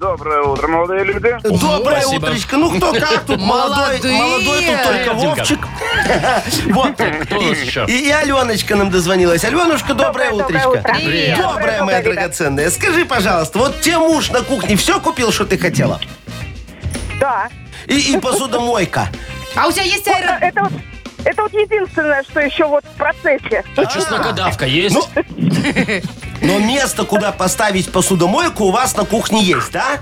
Speaker 6: Доброе утро, молодые люди.
Speaker 4: Доброе
Speaker 2: спасибо.
Speaker 4: утречко. Ну, кто как тут? Молодой,
Speaker 3: Молодые.
Speaker 4: молодой тут только
Speaker 2: Димка.
Speaker 4: Вовчик. Вот.
Speaker 2: Кто у нас еще?
Speaker 4: И, и Аленочка нам дозвонилась. Аленушка, доброе, утречко.
Speaker 3: Привет.
Speaker 4: Доброе, моя драгоценная. Скажи, пожалуйста, вот тебе муж на кухне все купил, что ты хотела?
Speaker 9: Да.
Speaker 4: И, и посудомойка.
Speaker 3: А у тебя есть
Speaker 9: Это,
Speaker 3: аэро...
Speaker 9: это вот, это вот единственное, что еще вот в процессе.
Speaker 2: А чеснокодавка есть?
Speaker 4: Ну. Но место, куда поставить посудомойку, у вас на кухне есть, да?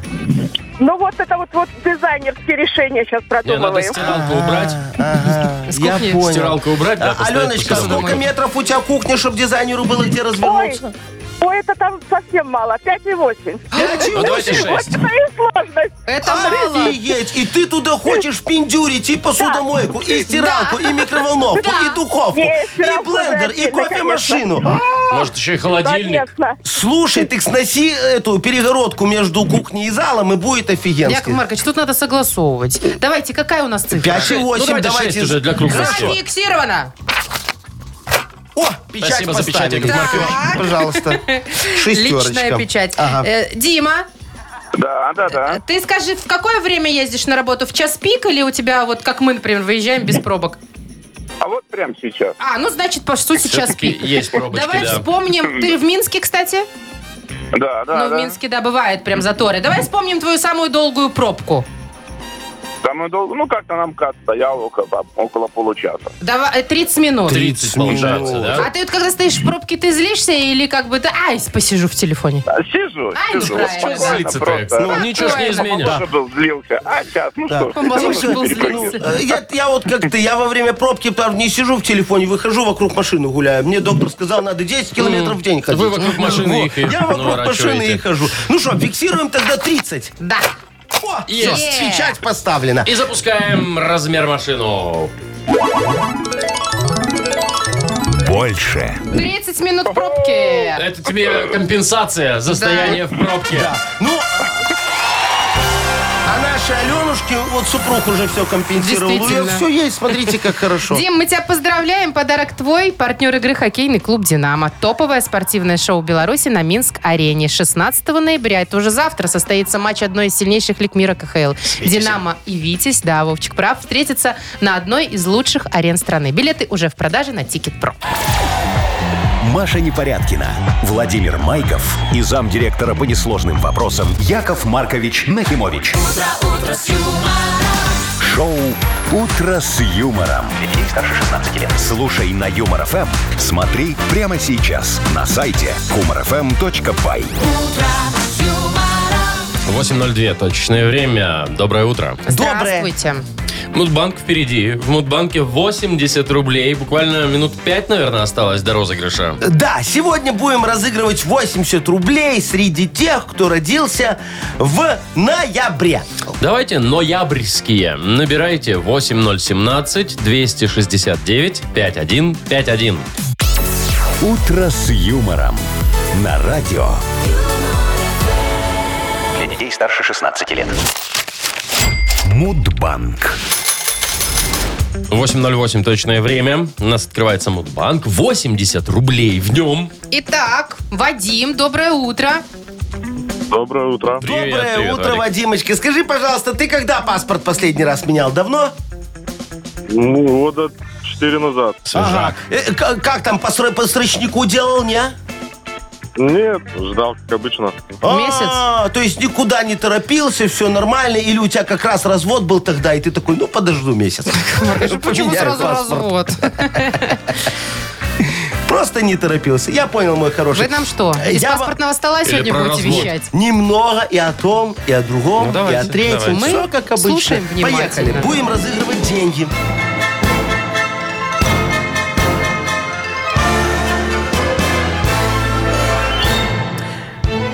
Speaker 9: Но вот это вот, вот дизайнерские решения сейчас
Speaker 2: Не, надо
Speaker 9: продумываем.
Speaker 2: стиралку убрать.
Speaker 4: Ну, Я
Speaker 3: кухни
Speaker 4: понял.
Speaker 2: Стиралку убрать, да,
Speaker 4: А,
Speaker 2: поставить
Speaker 4: Аленочка,
Speaker 2: посудомойку.
Speaker 4: сколько метров у тебя кухня, чтобы дизайнеру было где
Speaker 9: Ой,
Speaker 4: развернуться?
Speaker 9: ой, это там совсем мало. 5,8.
Speaker 2: Ну, давайте
Speaker 9: Вот
Speaker 2: 6.
Speaker 9: это и сложность.
Speaker 3: Это
Speaker 4: а,
Speaker 3: мало.
Speaker 4: Офигеть! И ты туда хочешь пиндюрить и посудомойку, и стиралку, и микроволновку,
Speaker 3: Да.
Speaker 4: и духовку,
Speaker 9: Не,
Speaker 4: и
Speaker 9: стиралку
Speaker 4: блендер, и
Speaker 9: обязательно,
Speaker 4: кофемашину.
Speaker 2: Может, еще и холодильник.
Speaker 9: Конечно.
Speaker 4: Слушай, ты сноси эту перегородку между кухней и залом, и будет
Speaker 3: Яков
Speaker 4: офигенски.
Speaker 3: Маркович, тут надо согласовывать. Давайте, какая у нас цифра?
Speaker 4: 5 и
Speaker 2: Ну,
Speaker 4: 8,
Speaker 2: давайте 6 уже
Speaker 4: давайте.
Speaker 2: для круглости.
Speaker 3: Зафиксировано.
Speaker 4: О, печать
Speaker 2: Спасибо за печать,
Speaker 4: поставили.
Speaker 2: Яков Маркович.
Speaker 4: Пожалуйста.
Speaker 3: Личная
Speaker 4: Шестерочка.
Speaker 3: печать.
Speaker 4: Ага.
Speaker 3: Э, Дима,
Speaker 6: Да, да, да.
Speaker 3: ты скажи, в какое время ездишь на работу? В час пик или у тебя, вот как мы, например, выезжаем без пробок?
Speaker 6: А вот прямо сейчас.
Speaker 3: А, ну, значит, по сути, час
Speaker 2: Все-таки
Speaker 3: пик.
Speaker 2: есть пробочки,
Speaker 3: Давай
Speaker 2: да.
Speaker 3: вспомним. Ты в Минске, кстати?
Speaker 6: Да, да,
Speaker 3: ну, в
Speaker 6: да.
Speaker 3: Минске, да, бывает прям заторы. Давай вспомним твою самую долгую пробку.
Speaker 6: Там и долго, ну, как-то нам кат стоял около, около получаса.
Speaker 3: Давай, э, 30 минут.
Speaker 2: 30 получается,
Speaker 3: А
Speaker 2: да?
Speaker 3: ты вот когда стоишь в пробке, ты злишься или как бы ты, ай, посижу в телефоне?
Speaker 6: А, Сижу,
Speaker 3: Ай,
Speaker 6: сижу.
Speaker 3: ну,
Speaker 6: Вот
Speaker 3: правильно.
Speaker 6: спокойно
Speaker 2: Злиться-то.
Speaker 6: просто.
Speaker 2: Ну, ничего ж не изменишь.
Speaker 6: Тоже был злился. А сейчас, ну
Speaker 4: Да.
Speaker 6: что, ж,
Speaker 3: Помоложе
Speaker 6: можно
Speaker 3: был
Speaker 6: перепрыгнуть.
Speaker 3: злился.
Speaker 4: Э, Я, я вот как ты, я во время пробки правда, не сижу в телефоне, выхожу вокруг машины гуляю. Мне доктор сказал, надо 10 километров в день ходить.
Speaker 2: Вы вокруг машины
Speaker 4: Вот,
Speaker 2: их и
Speaker 4: Я вокруг машины
Speaker 2: наворачиваете.
Speaker 4: и хожу. Ну что, фиксируем тогда 30.
Speaker 3: Да.
Speaker 4: О,
Speaker 2: Есть.
Speaker 4: всё, печать поставлена.
Speaker 2: И запускаем размер машину.
Speaker 1: Больше.
Speaker 3: 30 минут пробки.
Speaker 2: Это тебе компенсация за стояние в пробке.
Speaker 4: Ну, а нашей Аленушке, вот супруг уже все компенсировал. У нее
Speaker 3: Действительно.
Speaker 4: все есть, смотрите, как хорошо.
Speaker 3: Дим, мы тебя поздравляем. Подарок твой. Партнер игры хоккейный клуб «Динамо». Топовое спортивное шоу Беларуси на Минск-арене. 16 ноября, это уже завтра, состоится матч одной из сильнейших лиг мира КХЛ. «Динамо» и «Витязь», да, Вовчик прав, встретятся на одной из лучших арен страны. Билеты уже в продаже на Тикет.Про.
Speaker 1: Маша Непорядкина, Владимир Майков и замдиректора по несложным вопросам Яков Маркович Нахимович. Шоу «Утро с юмором».
Speaker 5: Для детей старше 16 лет.
Speaker 1: Слушай на Юмор ФМ. Смотри прямо сейчас на сайте humorfm.by.
Speaker 2: 8.02 точное время. Доброе утро.
Speaker 3: Здравствуйте.
Speaker 2: Мудбанк впереди. В Мудбанке 80 рублей. Буквально минут 5, наверное, осталось до розыгрыша.
Speaker 4: Да, сегодня будем разыгрывать 80 рублей среди тех, кто родился в ноябре.
Speaker 2: Давайте ноябрьские. Набирайте 8017-269-5151.
Speaker 1: «Утро с юмором» на радио.
Speaker 5: Для детей старше 16 лет.
Speaker 1: Мудбанк.
Speaker 2: 8.08 точное время. У нас открывается Мудбанк. 80 рублей в нем.
Speaker 3: Итак, Вадим, доброе утро.
Speaker 6: Доброе утро.
Speaker 2: Привет,
Speaker 4: Доброе
Speaker 2: привет,
Speaker 4: утро,
Speaker 2: Вадик.
Speaker 4: Вадимочка. Скажи, пожалуйста, ты когда паспорт последний раз менял? Давно?
Speaker 6: Ну, года четыре назад.
Speaker 2: Свежак.
Speaker 4: Э, к- как, там по, сры- по срочнику делал, не?
Speaker 6: Нет, ждал, как обычно.
Speaker 3: Месяц?
Speaker 4: А, то есть никуда не торопился, все нормально, или у тебя как раз развод был тогда, и ты такой, ну подожду месяц.
Speaker 3: Ну, Почему
Speaker 4: Поменяю
Speaker 3: сразу
Speaker 4: Ну, паспорт.
Speaker 3: развод?
Speaker 4: Просто не торопился. Я понял, мой хороший. Э,
Speaker 3: Вы нам что, из
Speaker 4: Я
Speaker 3: паспортного стола сегодня
Speaker 2: про
Speaker 3: будете
Speaker 2: развод.
Speaker 3: вещать?
Speaker 4: Немного и о том, и о другом,
Speaker 2: Ну, давайте,
Speaker 4: и о третьем.
Speaker 2: давайте.
Speaker 4: Все как обычно.
Speaker 3: слушаем внимательно.
Speaker 4: Поехали. Будем разыгрывать деньги.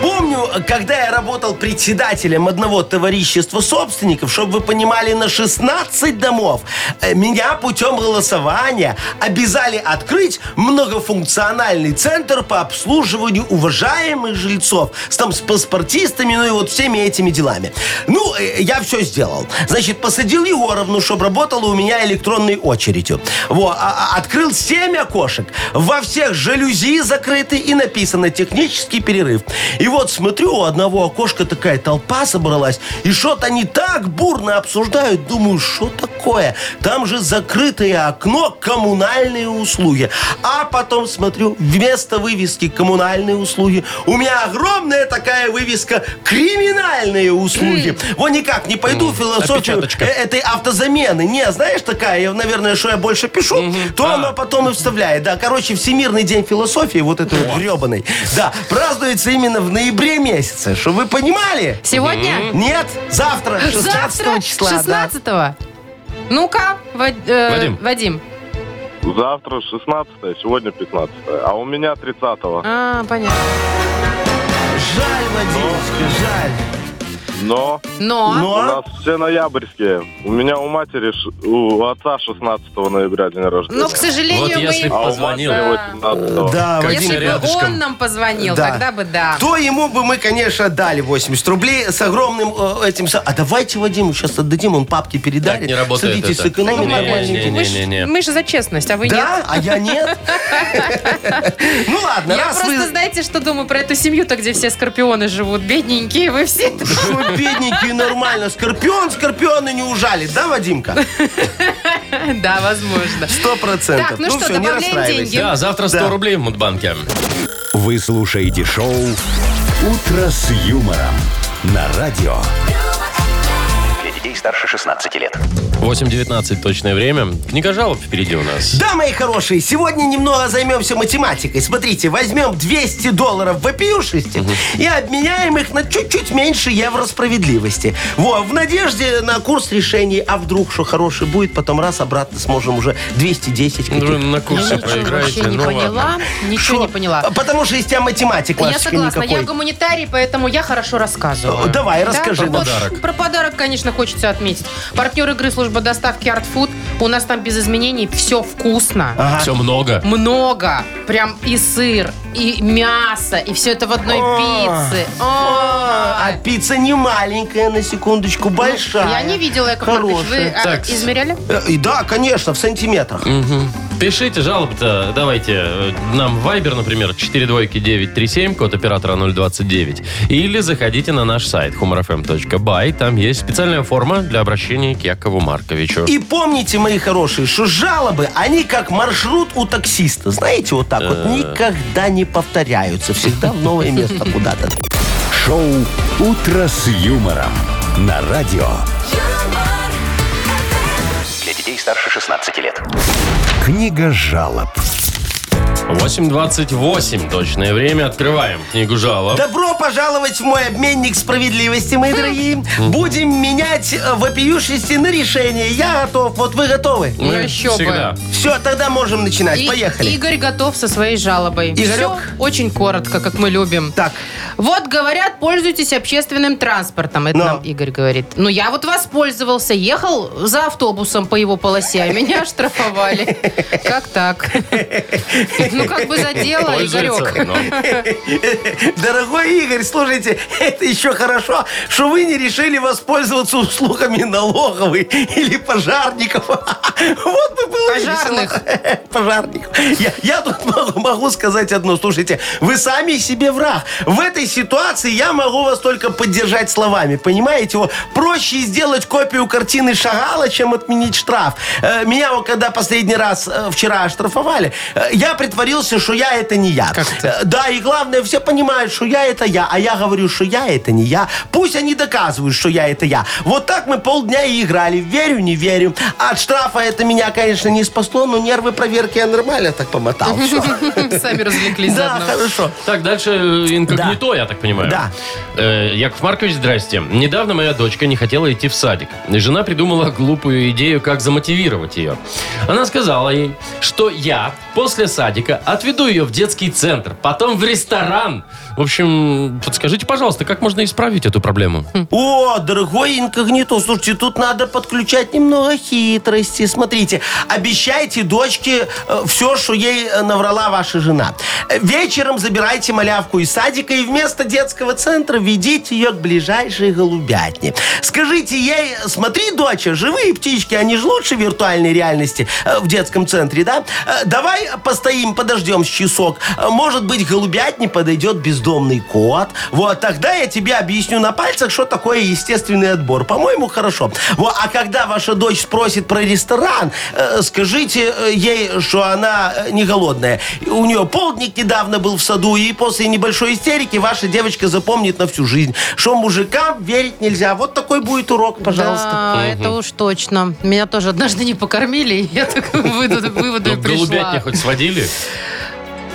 Speaker 4: Помню, когда я работал председателем одного товарищества собственников, чтобы вы понимали, на 16 домов, э, меня путем голосования обязали открыть многофункциональный центр по обслуживанию уважаемых жильцов с, там, с паспортистами, ну и вот всеми этими делами. Ну, э, я все сделал. Значит, посадил Егоровну, чтобы работала у меня электронной очередью. Во, а- а- открыл 7 окошек. Во всех жалюзи закрыты и написано «Технический перерыв». И вот смотрю, у одного окошка такая толпа собралась, и что-то они так бурно обсуждают. Думаю, что такое? Там же закрытое окно «Коммунальные услуги». А потом смотрю, вместо вывески «Коммунальные услуги» у меня огромная такая вывеска «Криминальные услуги». Вот никак не пойду в философию
Speaker 2: опечаточка.
Speaker 4: э, этой автозамены. Не, знаешь, такая, я, наверное, что я больше пишу, то
Speaker 2: А.
Speaker 4: она потом и вставляет. Да, короче, Всемирный день философии, вот этой вот гребаной, да, празднуется именно в ноябре месяце. Что вы понимали?
Speaker 3: Сегодня?
Speaker 4: Нет, завтра, 16
Speaker 3: Завтра?
Speaker 4: числа. да.
Speaker 3: 16 Ну-ка, Вад- э,
Speaker 2: Вадим.
Speaker 3: Вадим.
Speaker 6: Завтра 16 сегодня 15 А у меня 30-го.
Speaker 3: А, понятно.
Speaker 4: Жаль, Вадимочка, жаль.
Speaker 6: Но
Speaker 3: Но,
Speaker 6: у
Speaker 4: Но
Speaker 6: нас все ноябрьские. У меня у матери, ш- у отца 16 ноября день рождения.
Speaker 3: но, Ну, к
Speaker 2: Вот
Speaker 3: сожалению,
Speaker 2: если
Speaker 3: мы...
Speaker 2: б
Speaker 6: а
Speaker 2: позвонил.
Speaker 6: у матери 18
Speaker 4: да,
Speaker 2: Как
Speaker 4: Вадим,
Speaker 3: Если бы а.
Speaker 2: рядышком.
Speaker 3: он нам позвонил,
Speaker 4: Да.
Speaker 3: тогда бы да.
Speaker 4: то ему бы мы, конечно, дали 80 рублей с огромным э, этим... са- А давайте Вадиму сейчас отдадим, он папки передарит.
Speaker 2: Так не работает
Speaker 4: Садитесь,
Speaker 2: это.
Speaker 4: сэкономим
Speaker 2: Не,
Speaker 4: нормально.
Speaker 2: не, не,
Speaker 3: Мы ж-
Speaker 2: не, не.
Speaker 3: Мы же за честность, а вы нет.
Speaker 4: Да? А я нет? Ну ладно,
Speaker 3: Я
Speaker 4: раз
Speaker 3: просто,
Speaker 4: вы...
Speaker 3: знаете, что думаю про эту семью-то, где все скорпионы живут. Бедненькие вы все.
Speaker 4: Что, бедненькие, нормально. Скорпион, скорпионы не ужали, да, Вадимка?
Speaker 3: Да, возможно.
Speaker 4: Сто процентов.
Speaker 3: Так, ну что,
Speaker 4: все, не
Speaker 3: добавляем
Speaker 4: расстраивайся.
Speaker 3: деньги.
Speaker 2: Да, завтра 100
Speaker 4: Да.
Speaker 2: рублей в Мудбанке.
Speaker 1: Вы слушаете шоу «Утро с юмором» на радио.
Speaker 5: Для детей старше 16 лет.
Speaker 2: 8.19 точное время. Книга жалоб впереди у нас.
Speaker 4: Да, мои хорошие, сегодня немного займемся математикой. Смотрите, возьмем 200 долларов вопиюшести и обменяем их на чуть-чуть меньше евро справедливости. Во, в надежде на курс решений, а вдруг что хороший будет, потом раз обратно сможем уже 210
Speaker 2: Ну, Вы
Speaker 4: каких-то.
Speaker 2: на курсе проиграете.
Speaker 3: не
Speaker 2: ну
Speaker 3: поняла.
Speaker 2: ладно.
Speaker 3: Ничего
Speaker 4: Шо?
Speaker 3: не поняла.
Speaker 4: Потому что из тебя математик,
Speaker 3: Я
Speaker 4: Машечка,
Speaker 3: согласна,
Speaker 4: никакой.
Speaker 3: я гуманитарий, поэтому я хорошо рассказываю.
Speaker 4: О, Давай,
Speaker 3: Да,
Speaker 4: расскажи
Speaker 3: про
Speaker 4: нам.
Speaker 3: подарок. Про подарок, конечно, хочется отметить. Партнер игры служба доставки Art Food. У нас там без изменений все вкусно.
Speaker 4: Ага.
Speaker 2: Все много.
Speaker 3: Много. Прям и сыр, и мясо, и все это в одной
Speaker 4: О.
Speaker 3: пицце. О.
Speaker 4: А пицца не маленькая, на секундочку, большая.
Speaker 3: Ну, Я не видела, Яков Маркович. Вы
Speaker 4: Хорошая.
Speaker 3: а,
Speaker 2: Так.
Speaker 3: измеряли?
Speaker 4: Э, и Да, конечно, в сантиметрах.
Speaker 2: Пишите жалобы-то, давайте, э, нам в Viber, например, 42937, код оператора 029. Или заходите на наш сайт humorfm.by, там есть специальная форма для обращения к Якову Марковичу.
Speaker 4: И помните, мои хорошие, что жалобы, они как маршрут у таксиста. Знаете, вот так
Speaker 3: Э.
Speaker 4: вот никогда не повторяются. Всегда в новое место куда-то.
Speaker 1: Шоу «Утро с юмором» на радио.
Speaker 8: юмор,
Speaker 5: Для детей старше 16 лет.
Speaker 1: Книга жалоб.
Speaker 2: 8.28 точное время, открываем книгу жалоб.
Speaker 4: Добро пожаловать в мой обменник справедливости, мои дорогие. Будем менять э, вопиющести на решение. Я готов, вот вы готовы.
Speaker 2: Мы
Speaker 3: Ну, еще бы.
Speaker 2: всегда.
Speaker 4: Все, тогда можем начинать.
Speaker 3: И-
Speaker 4: Поехали.
Speaker 3: Игорь готов со своей жалобой.
Speaker 4: Игорек?
Speaker 3: Все очень коротко, как мы любим.
Speaker 4: Так,
Speaker 3: Вот, говорят, пользуйтесь общественным транспортом. Это
Speaker 4: Но.
Speaker 3: нам Игорь говорит. Ну, я вот воспользовался. Ехал за автобусом по его полосе, а меня оштрафовали. Как так? Ну, как бы задело,
Speaker 2: Пользуется,
Speaker 3: Игорек.
Speaker 2: но
Speaker 4: Дорогой Игорь, слушайте, это еще хорошо, что вы не решили воспользоваться услугами налоговой или пожарников. Вот бы было весело.
Speaker 3: Пожарных.
Speaker 4: Пожарников. Я, я тут могу, могу сказать одно. Слушайте, вы сами себе враг. В этой ситуации я могу вас только поддержать словами. Понимаете, вот проще сделать копию картины Шагала, чем отменить штраф. Э, Меня вот когда последний раз э, вчера оштрафовали, э, я притворился, что я это не я. Э, Да, и главное, все понимают, что я это я, а я говорю, что я это не я. Пусть они доказывают, что я это я. Вот так мы полдня и играли. Верю, не верю. От штрафа это меня, конечно, не спасло, но нервы проверки я нормально так помотал. Всё.
Speaker 3: Сами развлеклись
Speaker 4: Да,
Speaker 3: заодно.
Speaker 4: хорошо.
Speaker 2: Так, дальше э, инкогнито, я так понимаю.
Speaker 4: Да.
Speaker 2: Э, Яков Маркович, здрасте. Недавно моя дочка не хотела идти в садик. И Жена придумала глупую идею, как замотивировать ее. Она сказала ей, что я после садика отведу ее в детский центр, потом в ресторан. В общем, подскажите, пожалуйста, как можно исправить эту проблему?
Speaker 4: Хм. О, дорогой инкогнито, слушайте, тут надо подключать немного хитрости. Смотрите, обещайте дочке все, что ей э, наврала ваша жена. Э, Вечером забирайте малявку из садика и вместо детского центра ведите ее к ближайшей голубятне. Скажите ей, смотри, доча, живые птички, они же лучше виртуальной реальности э, в детском центре, да? Э, Давай постоим, подождем с часок. Э, Может быть, голубятне подойдет бездомный кот. Вот, тогда я тебе объясню на пальцах, что такое естественный отбор. По-моему, хорошо. Во, а когда ваша дочь спросит про ресторан, э, скажите э, ей, что она э, не голодная. У нее полдник недавно был в саду, и после небольшой истерики ваша девочка запомнит на всю жизнь, что мужикам верить нельзя. Вот такой будет урок, пожалуйста.
Speaker 3: Да, это уж точно. Меня тоже однажды не покормили, и я так к выводу, к выводу и
Speaker 2: Ну, голубятня
Speaker 3: пришла.
Speaker 2: хоть сводили?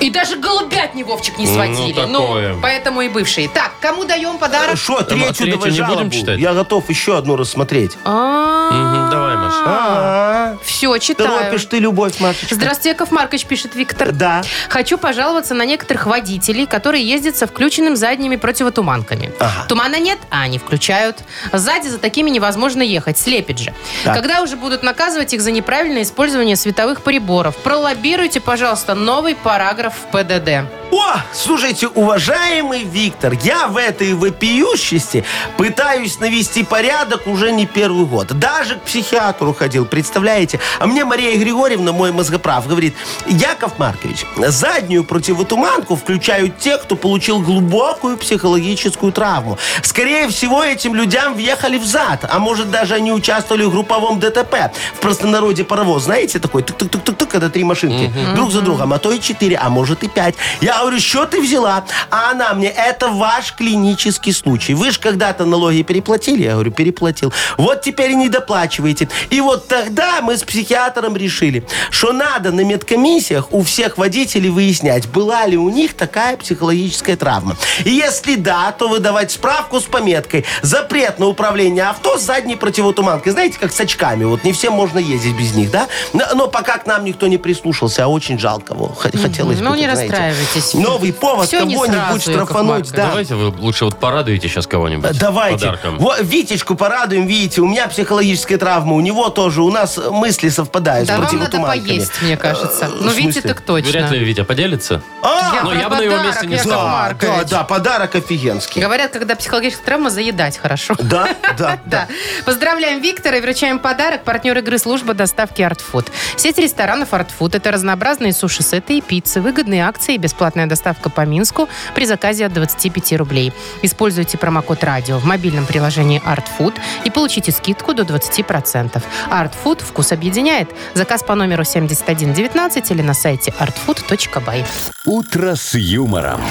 Speaker 3: И даже голубятни Вовчик не
Speaker 2: Ну,
Speaker 3: сводили.
Speaker 2: такое.
Speaker 3: Ну, поэтому и бывшие. Так, кому даем подарок?
Speaker 4: Что,
Speaker 2: а
Speaker 4: третью
Speaker 2: третью
Speaker 4: давай
Speaker 2: не будем
Speaker 4: жалобу?
Speaker 2: читать?
Speaker 4: Я готов еще одну рассмотреть.
Speaker 2: Мгм, давай, Маша.
Speaker 4: А,
Speaker 3: Все, читаю.
Speaker 4: торопишь ты любовь, Машечка.
Speaker 3: Здравствуйте, Яков Маркович, пишет Виктор.
Speaker 4: Да.
Speaker 3: Хочу пожаловаться на некоторых водителей, которые ездят со включенным задними противотуманками. Тумана нет, а они включают. Сзади за такими невозможно ехать, слепит же.
Speaker 4: Так.
Speaker 3: Когда уже будут наказывать их за неправильное использование световых приборов? Пролоббируйте, пожалуйста, новый параграф в ПДД.
Speaker 4: О, слушайте, уважаемый Виктор, я в этой вопиющести пытаюсь навести порядок уже не первый год. Даже к психиатру ходил, представляете? А мне Мария Григорьевна, мой мозгоправ, говорит, Яков Маркович, заднюю противотуманку включают те, кто получил глубокую психологическую травму. Скорее всего, этим людям въехали в зад, а может даже они участвовали в групповом ДТП. В простонародье паровоз, знаете, такой тук-тук-тук-тук, когда три машинки друг за другом, а то и четыре, а может и пять. Я говорю, что ты взяла? А она мне, это ваш клинический случай. Вы же когда-то налоги переплатили? Я говорю, переплатил. Вот теперь и не доплачиваете. И вот тогда мы с психиатром решили, что надо на медкомиссиях у всех водителей выяснять, была ли у них такая психологическая травма. И если да, то выдавать справку с пометкой «Запрет на управление авто с задней противотуманкой». Знаете, как с очками. Вот не всем можно ездить без них, да? Но- Но пока к нам никто не прислушался, а очень жалко. его. Хо- Хотелось
Speaker 3: Ну,
Speaker 4: бы,
Speaker 3: не
Speaker 4: вот, знаете,
Speaker 3: расстраивайтесь.
Speaker 4: Новый повод
Speaker 3: Всё не
Speaker 4: кого-нибудь
Speaker 3: сразу, Яков
Speaker 4: штрафануть,
Speaker 3: Маркович.
Speaker 4: да.
Speaker 2: Давайте вы лучше вот порадуете сейчас кого-нибудь
Speaker 4: А. Давайте.
Speaker 2: подарком.
Speaker 4: Во, Витечку порадуем, видите, у меня психологическая травма, у него тоже, у нас э, мысли совпадают
Speaker 3: Да
Speaker 4: с
Speaker 3: вам надо
Speaker 4: противотуманками.
Speaker 3: поесть, мне кажется.
Speaker 4: Э,
Speaker 3: Ну,
Speaker 4: в
Speaker 3: видите,
Speaker 4: смысле?
Speaker 3: так точно.
Speaker 2: Вряд ли Витя поделится.
Speaker 4: А,
Speaker 3: Я
Speaker 2: Ну,
Speaker 3: про
Speaker 2: я бы на его
Speaker 3: подарок,
Speaker 2: месте не
Speaker 3: Яков
Speaker 2: стал.
Speaker 4: да, да,
Speaker 3: Маркович.
Speaker 4: да, подарок офигенский.
Speaker 3: Говорят, когда психологическая травма, заедать хорошо.
Speaker 4: Да, да,
Speaker 3: Да.
Speaker 4: да.
Speaker 3: Поздравляем Виктора и вручаем подарок партнер игры служба доставки Art Food. Сеть ресторанов Art Food – это разнообразные суши-сеты и пиццы, выгодные акции и бесплатная доставка по Минску при заказе от 25 рублей. Используйте промокод «Радио» в мобильном приложении Art Food и получите скидку до 20%. Art Food – вкус объединяет. Заказ по номеру 7119 или на сайте artfood.by.
Speaker 1: «Утро с юмором».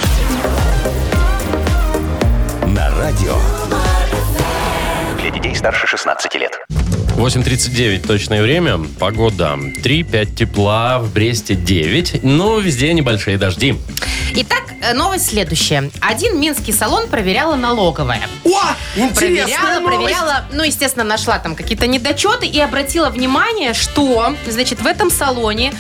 Speaker 1: На радио.
Speaker 5: Для детей старше 16 лет.
Speaker 2: 8.39 точное время. Погода 3-5 тепла, в Бресте 9. Ну, везде небольшие дожди.
Speaker 7: Итак,
Speaker 3: э, новость следующая. Один минский салон проверяла налоговая.
Speaker 4: О, интересная
Speaker 3: Проверяла,
Speaker 4: новость.
Speaker 3: проверяла, ну, естественно, нашла там какие-то недочеты и обратила внимание, что, значит, в этом салоне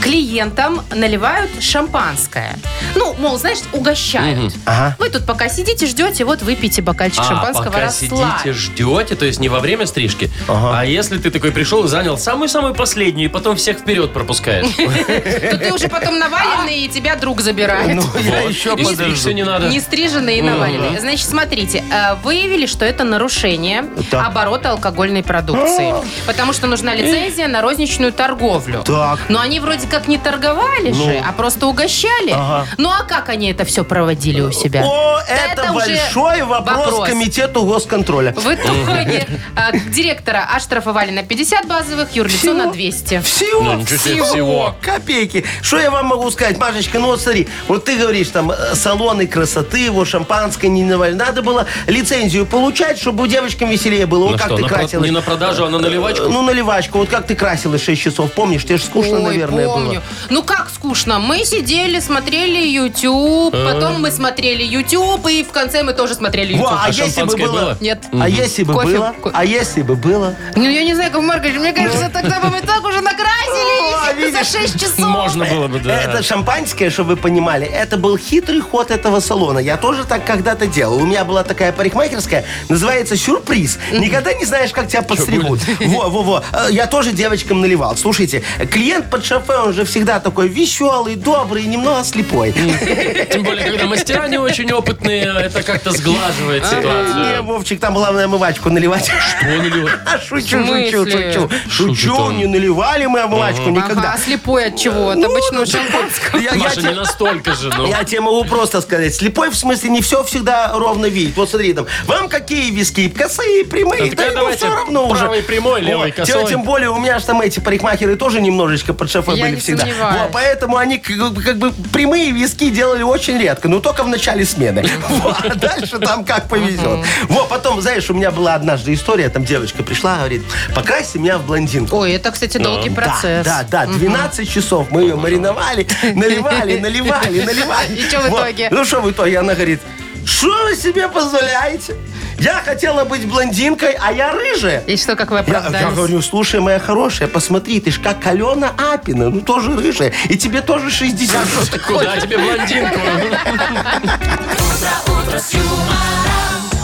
Speaker 3: клиентам наливают шампанское. Ну, мол, знаешь, угощают.
Speaker 4: Ага.
Speaker 3: Вы тут пока сидите, ждете, вот выпейте бокальчик
Speaker 2: А,
Speaker 3: шампанского,
Speaker 2: пока
Speaker 3: расслабьтесь.
Speaker 2: сидите, ждете, то есть не во время стрижки,
Speaker 4: Ага.
Speaker 2: а если ты такой пришел и занял самую-самую последнюю, и потом всех вперед пропускаешь.
Speaker 3: То ты уже потом наваленный, и тебя друг забирает.
Speaker 4: Ну, я
Speaker 2: Вот.
Speaker 4: еще
Speaker 2: И стричься
Speaker 4: подожду.
Speaker 2: не надо.
Speaker 3: Не стриженные и наваленные. Значит, смотрите, э, выявили, что это нарушение
Speaker 4: Да. А!
Speaker 3: оборота алкогольной продукции. Потому что нужна лицензия на розничную торговлю.
Speaker 4: Так. Ну.
Speaker 3: Но они вроде как не торговали же, а просто угощали.
Speaker 4: Ага.
Speaker 3: Ну а как они это все проводили у себя?
Speaker 4: О,
Speaker 3: Да
Speaker 4: это,
Speaker 3: это уже
Speaker 4: большой вопрос,
Speaker 3: вопрос.
Speaker 4: комитету госконтроля.
Speaker 3: В итоге э, директора оштрафовали на 50 базовых, юрлицо
Speaker 4: Всего?
Speaker 3: на 200.
Speaker 4: Всего,
Speaker 2: Ну, ничего себе,
Speaker 4: всего,
Speaker 2: всего.
Speaker 4: копейки. Что я вам могу сказать, Машечка, ну вот смотри, вот ты говоришь, там, э, салоны красоты, его шампанское не навали. Надо было лицензию получать, чтобы у девочкам веселее было. Вот
Speaker 2: На
Speaker 4: как
Speaker 2: Ну что,
Speaker 4: ты
Speaker 2: на про-
Speaker 4: красилась.
Speaker 2: не на продажу, а на наливачку?
Speaker 4: Э, Ну, наливачку. Вот как ты красилась 6 часов, помнишь? Тебе же скучно,
Speaker 3: Ой,
Speaker 4: наверное,
Speaker 3: помню.
Speaker 4: было.
Speaker 3: Ну как скучно? Мы сидели, смотрели YouTube,
Speaker 4: Э.
Speaker 3: потом мы смотрели YouTube, и в конце мы тоже смотрели YouTube.
Speaker 4: Во, а,
Speaker 2: А
Speaker 4: если бы
Speaker 2: шампанское было?
Speaker 4: было...
Speaker 3: Нет.
Speaker 4: А если бы
Speaker 3: Кофе-
Speaker 4: было?
Speaker 3: ко-
Speaker 4: А если бы было?
Speaker 3: Ну, я не знаю, как Маркович, мне кажется, тогда бы мы так уже
Speaker 4: О,
Speaker 3: накрасились за
Speaker 4: А, видишь?
Speaker 3: 6 часов.
Speaker 2: Можно было бы, да.
Speaker 4: Это шампанское, чтобы вы понимали, это был хитрый ход этого салона. Я тоже так когда-то делал. У меня была такая парикмахерская, называется «Сюрприз». Никогда не знаешь, как тебя подстригут. Во-во-во. Э, Я тоже девочкам наливал. Слушайте, клиент под шофе, он же всегда такой веселый, добрый, немного слепой.
Speaker 3: Ну
Speaker 2: Тем более, когда мастера не очень опытные, а это как-то сглаживает
Speaker 4: Не,
Speaker 2: ситуацию.
Speaker 4: Э, Вовчик, там главное омывачку наливать. А
Speaker 2: Он или-
Speaker 4: Шучу,
Speaker 3: В
Speaker 4: шучу,
Speaker 3: смысле?
Speaker 4: шучу.
Speaker 2: Шутит
Speaker 4: Шучу,
Speaker 2: он.
Speaker 4: не наливали мы омывачку
Speaker 3: Ага,
Speaker 4: никогда.
Speaker 3: а слепой от чего? От
Speaker 4: Ну,
Speaker 3: обычного
Speaker 4: ну,
Speaker 3: шампанского.
Speaker 4: я- я
Speaker 2: Маша,
Speaker 4: те-
Speaker 2: не настолько же, ну.
Speaker 4: Я тебе могу просто сказать, слепой в смысле не все всегда ровно видит. Вот смотри там, вам какие виски, косые, прямые,
Speaker 2: Так,
Speaker 4: да ему
Speaker 2: Ну, давайте
Speaker 4: все равно уже.
Speaker 2: правый прямой, левый
Speaker 4: О,
Speaker 2: косой.
Speaker 4: Тем, тем более у меня же там эти парикмахеры тоже немножечко под шефом
Speaker 3: Я
Speaker 4: были
Speaker 3: не
Speaker 4: всегда.
Speaker 3: сомневаюсь.
Speaker 4: Во, поэтому они как, бы- как бы прямые виски делали очень редко, но только в начале смены. Во, А дальше там как повезет. Вот потом, знаешь, у меня была однажды история, там девочка пришла, говорит, покраси меня в блондинку.
Speaker 3: Ой, это, кстати, долгий процесс.
Speaker 4: Да, да, да, 12 часов мы ее мариновали, наливали, наливали, наливали.
Speaker 3: И чё в
Speaker 4: Вот.
Speaker 3: итоге?
Speaker 4: Ну что в итоге? Она говорит, что вы себе позволяете? Я хотела быть блондинкой, а я рыжая.
Speaker 3: И что, как вы
Speaker 4: Я, я
Speaker 3: оправдались?
Speaker 4: говорю, слушай, моя хорошая, посмотри, ты ж как Алена Апина, ну тоже рыжая, и тебе тоже 60. Что такое?
Speaker 2: Куда тебе блондинку?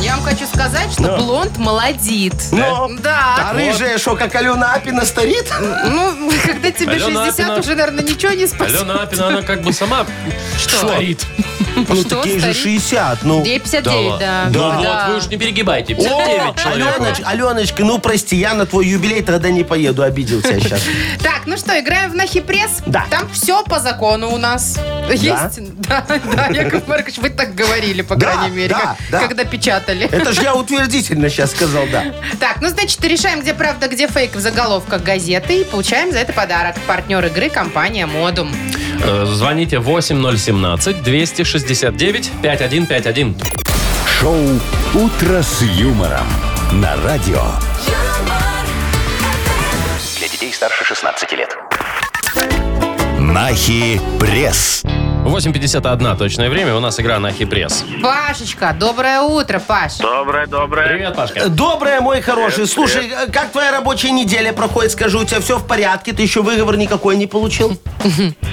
Speaker 3: Я вам хочу сказать, что
Speaker 4: Ну.
Speaker 3: блонд молодит.
Speaker 4: Ну,
Speaker 3: Да.
Speaker 4: А рыжая, что, как Алена Апина старит?
Speaker 3: Ну, когда тебе
Speaker 2: Алена
Speaker 3: 60,
Speaker 2: Апина.
Speaker 3: уже, наверное, ничего не спасет.
Speaker 2: Алена Апина, она как бы сама шарит.
Speaker 4: Ну,
Speaker 3: Что
Speaker 4: такие же
Speaker 3: старит?
Speaker 4: 60, ну.
Speaker 3: Ей 59, да.
Speaker 2: Ну вот,
Speaker 3: Да.
Speaker 2: вы уж не перегибайте.
Speaker 4: О,
Speaker 2: 59 человек.
Speaker 4: Аленоч- Аленочка, ну прости, я на твой юбилей тогда не поеду, обидел тебя сейчас.
Speaker 3: Так, ну что, играем в Нахи Пресс?
Speaker 4: Да.
Speaker 3: Там все по закону у нас. Есть? Да, да, Яков Маркович, вы так говорили, по
Speaker 4: Да,
Speaker 3: крайней мере,
Speaker 4: да,
Speaker 3: как-
Speaker 4: да.
Speaker 3: когда печатали.
Speaker 4: Это же я утвердительно сейчас сказал, да.
Speaker 3: Так, ну значит, решаем, где правда, где фейк в заголовках газеты и получаем за это подарок. Партнер игры компания Модум.
Speaker 2: Э, Звоните 8017-269-5151.
Speaker 1: Шоу «Утро с юмором» на радио.
Speaker 8: юмор,
Speaker 5: Для детей старше 16 лет.
Speaker 1: Нахи пресс.
Speaker 2: 8.51 точное время. У нас игра на хипресс.
Speaker 3: Пашечка, доброе утро, Паш.
Speaker 6: Доброе, доброе.
Speaker 2: Привет,
Speaker 4: Э,
Speaker 2: Пашка.
Speaker 4: Доброе, мой хороший. Слушай, э, как твоя рабочая неделя проходит? Скажи, у тебя все в порядке? Ты еще выговор никакой не получил?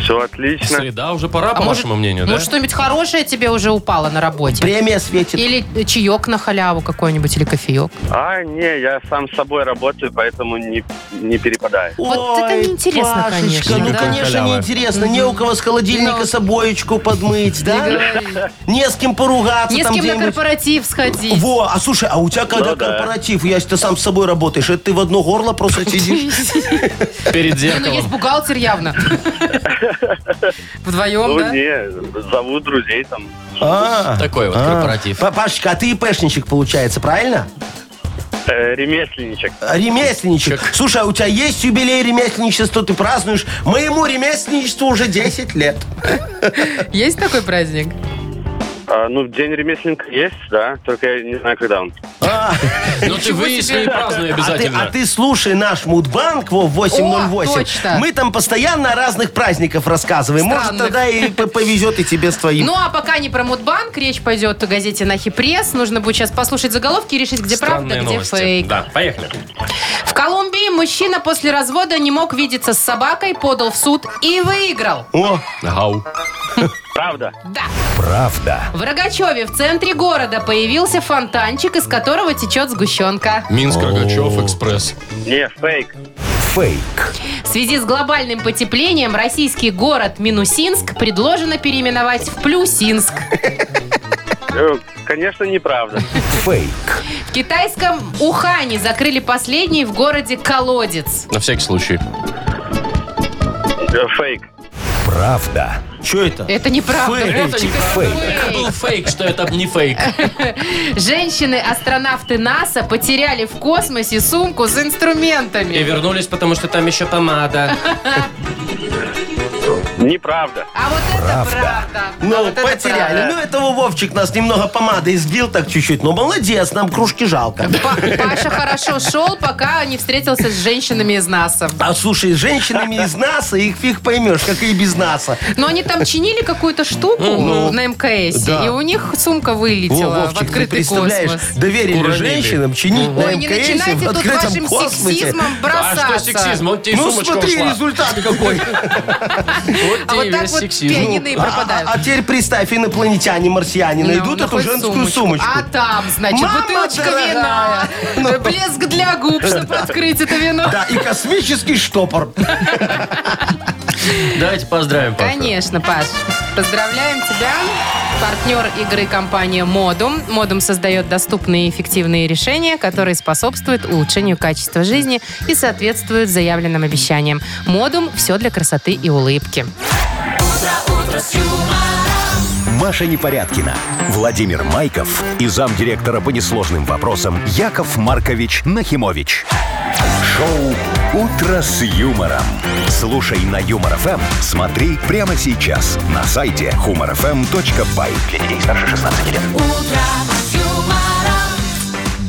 Speaker 6: Все отлично.
Speaker 2: Среда уже пора, по вашему мнению, да?
Speaker 3: А Может, Ну, что-нибудь хорошее тебе уже упало на работе?
Speaker 4: Премия светит.
Speaker 3: Или чаек на халяву какой-нибудь, или кофеек?
Speaker 6: А, не, я сам с собой работаю, поэтому не, не перепадаю.
Speaker 3: Вот это
Speaker 4: Ой,
Speaker 3: неинтересно,
Speaker 4: Пашечка,
Speaker 3: конечно,
Speaker 4: ну,
Speaker 3: да.
Speaker 4: конечно,
Speaker 2: Халява.
Speaker 4: неинтересно. Не у кого с холодильника
Speaker 3: Ну.
Speaker 4: с обоечку подмыть, да? Не с кем поругаться
Speaker 3: Не с
Speaker 4: там
Speaker 3: кем на
Speaker 4: где-нибудь.
Speaker 3: корпоратив сходить.
Speaker 4: Во, а слушай, а у тебя когда
Speaker 6: Ну да.
Speaker 4: корпоратив, если ты сам с собой работаешь, это ты в одно горло просто сидишь?
Speaker 2: Перед
Speaker 3: Не, ну есть
Speaker 2: зеркалом.
Speaker 3: бухгалтер явно. Вдвоем,
Speaker 6: Ну,
Speaker 3: да?
Speaker 6: не, зову друзей там.
Speaker 4: А.
Speaker 2: Такой вот
Speaker 4: А.
Speaker 2: корпоратив.
Speaker 4: Па- Пашечка, а ты ИПшничек, получается, правильно?
Speaker 6: Э, ремесленничек.
Speaker 4: Ремесленничек. Слушай, а у тебя есть юбилей ремесленничества, ты празднуешь? Моему ремесленничеству уже 10 лет.
Speaker 3: Есть такой праздник?
Speaker 6: А, ну, день ремесленника есть, да, только я не знаю, когда он.
Speaker 4: А,
Speaker 2: Но Ну ты выясни и празднуй
Speaker 4: а ты, а
Speaker 2: обязательно.
Speaker 4: ты слушай наш Мудбанк во, в 808.
Speaker 3: О, точно.
Speaker 4: Мы там постоянно о разных праздников рассказываем. Может,
Speaker 3: Странных.
Speaker 4: тогда и п- повезет и тебе с твоим.
Speaker 3: Ну, а пока не про Мудбанк, речь пойдет о газете «Нахи Пресс». Нужно будет сейчас послушать заголовки и решить, где
Speaker 2: Странные
Speaker 3: правда, где
Speaker 2: новости.
Speaker 3: фейк.
Speaker 2: Да, поехали.
Speaker 3: В Колумбии мужчина после развода не мог видеться с собакой, подал в суд и выиграл.
Speaker 4: О,
Speaker 2: Гау.
Speaker 6: Правда?
Speaker 3: Да.
Speaker 1: Правда.
Speaker 3: В Рогачеве в центре города появился фонтанчик, из которого течет сгущенка.
Speaker 2: Минск, Рогачев, Экспресс.
Speaker 6: Не, фейк.
Speaker 1: Фейк.
Speaker 3: В связи с глобальным потеплением российский город Минусинск предложено переименовать в Плюсинск.
Speaker 6: Э, Конечно, неправда.
Speaker 1: Фейк.
Speaker 3: В китайском Ухане закрыли последний в городе колодец.
Speaker 2: На всякий случай.
Speaker 6: Э, Фейк.
Speaker 1: Правда.
Speaker 4: что это?
Speaker 3: Это неправда.
Speaker 4: Фейк.
Speaker 3: Вовчик,
Speaker 2: Это
Speaker 3: фейк.
Speaker 2: Был фейк, что это не фейк.
Speaker 3: Женщины-астронавты НАСА потеряли в космосе сумку с
Speaker 2: И
Speaker 3: инструментами.
Speaker 2: вернулись, потому что там еще помада.
Speaker 6: Неправда.
Speaker 3: А вот это правда.
Speaker 4: Ну,
Speaker 3: А вот это
Speaker 4: потеряли.
Speaker 3: правда.
Speaker 4: Ну, этого Вовчик нас немного помадой сбил так чуть-чуть. Но молодец, нам кружки жалко.
Speaker 3: Па- Паша хорошо шел, пока не встретился с женщинами из НАСА.
Speaker 4: А слушай, с женщинами из НАСА их фиг поймешь, как и без НАСА.
Speaker 3: Но они там чинили какую-то штуку на МКС,
Speaker 4: ну, да.
Speaker 3: и у них сумка вылетела
Speaker 4: О,
Speaker 3: в
Speaker 4: Вовчик, ты
Speaker 3: открытый
Speaker 4: представляешь,
Speaker 3: космос.
Speaker 4: доверили
Speaker 2: Уронили.
Speaker 4: женщинам чинить
Speaker 3: Ой,
Speaker 4: на
Speaker 3: не
Speaker 4: МКС
Speaker 3: начинайте
Speaker 4: в
Speaker 3: тут вашим
Speaker 4: открытом космосе.
Speaker 3: сексизмом
Speaker 2: А
Speaker 3: бросаться.
Speaker 2: что сексизм? Он тебе
Speaker 4: Ну
Speaker 2: сумочка
Speaker 4: смотри,
Speaker 2: ушла.
Speaker 4: результат какой.
Speaker 2: Вот
Speaker 3: А
Speaker 2: тебе
Speaker 3: вот так
Speaker 2: весь
Speaker 3: вот
Speaker 2: сексизм.
Speaker 3: пианино и пропадают.
Speaker 4: А а теперь представь, инопланетяне, марсиане
Speaker 3: Ну,
Speaker 4: найдут
Speaker 3: ну,
Speaker 4: эту
Speaker 3: хоть
Speaker 4: женскую сумочку.
Speaker 3: А там, значит,
Speaker 4: Мама
Speaker 3: бутылочка
Speaker 4: дорогая. Ну.
Speaker 3: вина, э, блеск для губ, чтобы открыть это вино.
Speaker 4: Да, и космический штопор.
Speaker 2: Давайте поздравим Пашу.
Speaker 3: Конечно, Паш. Поздравляем тебя. Партнер игры компания Модум. Модум создает доступные и эффективные решения, которые способствуют улучшению качества жизни и соответствуют заявленным обещаниям. Модум – все для красоты и улыбки.
Speaker 1: Маша Непорядкина, Владимир Майков и замдиректора по несложным вопросам Яков Маркович Нахимович. Шоу «Утро с юмором». Слушай на Юмор ФМ, смотри прямо сейчас на сайте humorfm.by. Для детей старше 16 лет.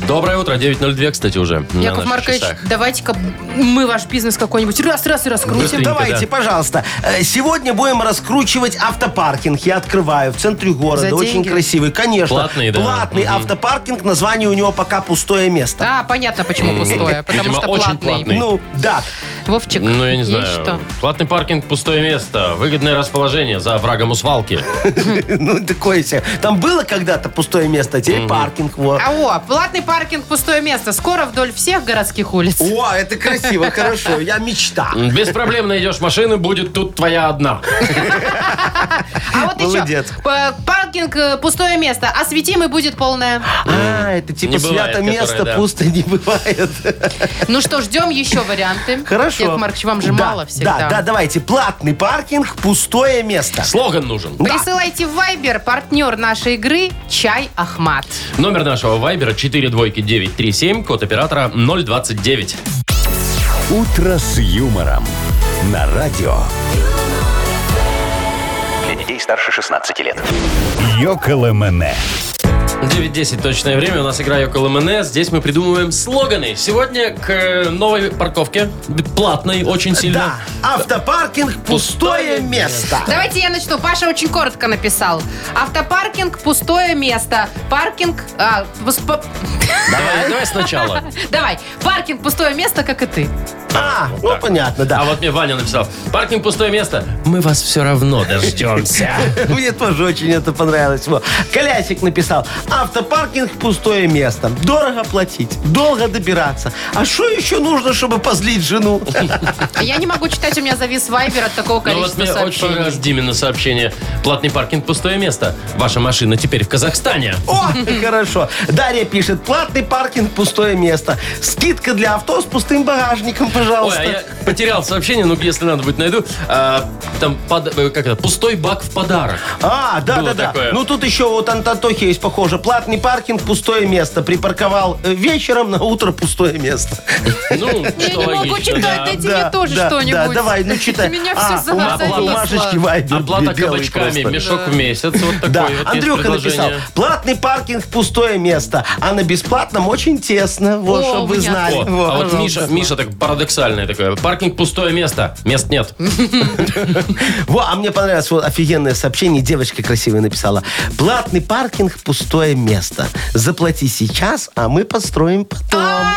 Speaker 2: Доброе утро. 9.02, кстати, уже. на
Speaker 3: Яков
Speaker 2: наших
Speaker 3: Маркович,
Speaker 2: часах.
Speaker 3: давайте-ка мы ваш бизнес какой-нибудь раз-раз и раскрутим.
Speaker 2: Быстренько,
Speaker 4: Давайте, пожалуйста. Э, Сегодня будем раскручивать автопаркинг. Я открываю в центре города.
Speaker 3: За
Speaker 4: Очень
Speaker 3: деньги?
Speaker 4: красивый, конечно.
Speaker 2: Платный, да?
Speaker 4: Платный
Speaker 2: Мгм.
Speaker 4: автопаркинг. Название у него пока пустое место.
Speaker 3: А, понятно, почему пустое. Потому
Speaker 2: видимо,
Speaker 3: что
Speaker 2: очень
Speaker 3: платный.
Speaker 2: платный.
Speaker 4: Ну, да.
Speaker 3: Вовчик,
Speaker 2: Ну, я не
Speaker 3: есть
Speaker 2: знаю.
Speaker 3: что?
Speaker 2: Платный паркинг, пустое место, выгодное расположение за врагом у свалки.
Speaker 4: Ну, такое себе. Там было когда-то пустое место, а теперь паркинг. вот.
Speaker 3: А, о, платный паркинг, пустое место. Скоро вдоль всех городских улиц.
Speaker 4: О, это красиво, хорошо. Я мечта.
Speaker 2: Без проблем найдешь машину, будет тут твоя одна.
Speaker 3: А вот
Speaker 4: Молодец.
Speaker 3: еще. п- Паркинг э, пустое место, а светимый будет полное.
Speaker 4: А, это типа
Speaker 2: Не бывает,
Speaker 4: свято место,
Speaker 2: которое, да.
Speaker 4: пусто не бывает.
Speaker 3: Ну что, ждем еще варианты.
Speaker 4: Хорошо.
Speaker 3: Яков Маркович, вам же
Speaker 4: Да,
Speaker 3: мало всегда.
Speaker 4: Да, да, давайте. Платный паркинг, пустое место.
Speaker 2: Слоган нужен.
Speaker 3: Присылайте в Viber партнер нашей игры «Чай Ахмат».
Speaker 2: Номер нашего вайбера 42937, код оператора 029.
Speaker 1: «Утро с юмором» на радио
Speaker 5: Для детей старше 16 лет.
Speaker 1: «Йоколэмэне».
Speaker 2: 9.10 точное время. У нас игра около МНС. Здесь мы придумываем слоганы. Сегодня к э, новой парковке. Платной очень
Speaker 4: Да,
Speaker 2: сильно.
Speaker 4: автопаркинг, пустое
Speaker 2: Пустое
Speaker 4: место.
Speaker 3: Давайте я начну. Паша очень коротко написал. Автопаркинг – пустое место. Паркинг... а, пус- па-
Speaker 2: Давай, давай сначала.
Speaker 3: Давай. Паркинг – пустое место, как и ты.
Speaker 4: А,
Speaker 2: Вот
Speaker 4: ну
Speaker 2: так.
Speaker 4: понятно,
Speaker 2: А
Speaker 4: да.
Speaker 2: вот мне Ваня написал. Паркинг пустое место. Мы вас все равно Ну дождемся.
Speaker 4: Мне тоже очень это понравилось. Во. Колясик написал. Автопаркинг пустое место. Дорого платить, долго добираться. А что еще нужно, чтобы позлить жену?
Speaker 3: А Я не могу читать, у меня завис Вайбер от такого
Speaker 2: Ну вот
Speaker 3: количества
Speaker 2: мне очень
Speaker 3: сообщений.
Speaker 2: понравилось Димина сообщение. Платный паркинг пустое место. Ваша машина теперь в Казахстане.
Speaker 4: О, хорошо. Дарья пишет. Платный паркинг пустое место. Скидка для авто с пустым багажником, пожалуйста.
Speaker 2: Ой, а я потерял сообщение, ну если надо будет найду. А, там под- э, как это, пустой бак в подарок.
Speaker 4: А, да,
Speaker 2: Было
Speaker 4: да, да.
Speaker 2: такое.
Speaker 4: Ну тут еще вот Антатохи есть похоже. Платный паркинг, пустое место. Припарковал э, вечером, на утро пустое место.
Speaker 2: Ну,
Speaker 3: Я
Speaker 2: что
Speaker 3: не могу
Speaker 2: логично,
Speaker 3: читать,
Speaker 2: да.
Speaker 3: дайте
Speaker 4: Да,
Speaker 3: мне тоже
Speaker 4: да,
Speaker 3: что-нибудь.
Speaker 4: Да, давай, ну читай.
Speaker 3: Меня
Speaker 4: А,
Speaker 3: все
Speaker 4: у Ма- у Машечки
Speaker 3: занесло.
Speaker 4: Вайбер
Speaker 2: Оплата
Speaker 4: белый
Speaker 2: кабачками,
Speaker 4: просто.
Speaker 2: мешок в месяц. Вот такой
Speaker 4: Да,
Speaker 2: вот есть
Speaker 4: Андрюха написал,
Speaker 2: предложение.
Speaker 4: платный паркинг, пустое место, а на бесплатном очень тесно, вот,
Speaker 3: О,
Speaker 4: чтобы вы
Speaker 3: у меня
Speaker 4: знали.
Speaker 2: О,
Speaker 4: Вот,
Speaker 2: а вот
Speaker 4: пожалуйста.
Speaker 2: Миша, Миша так парадоксальное такое. Паркинг пустое место. Мест нет.
Speaker 4: Во, а мне понравилось вот офигенное сообщение. Девочка красивая написала. Платный паркинг – пустое место. Заплати сейчас, а мы построим потом.
Speaker 3: А!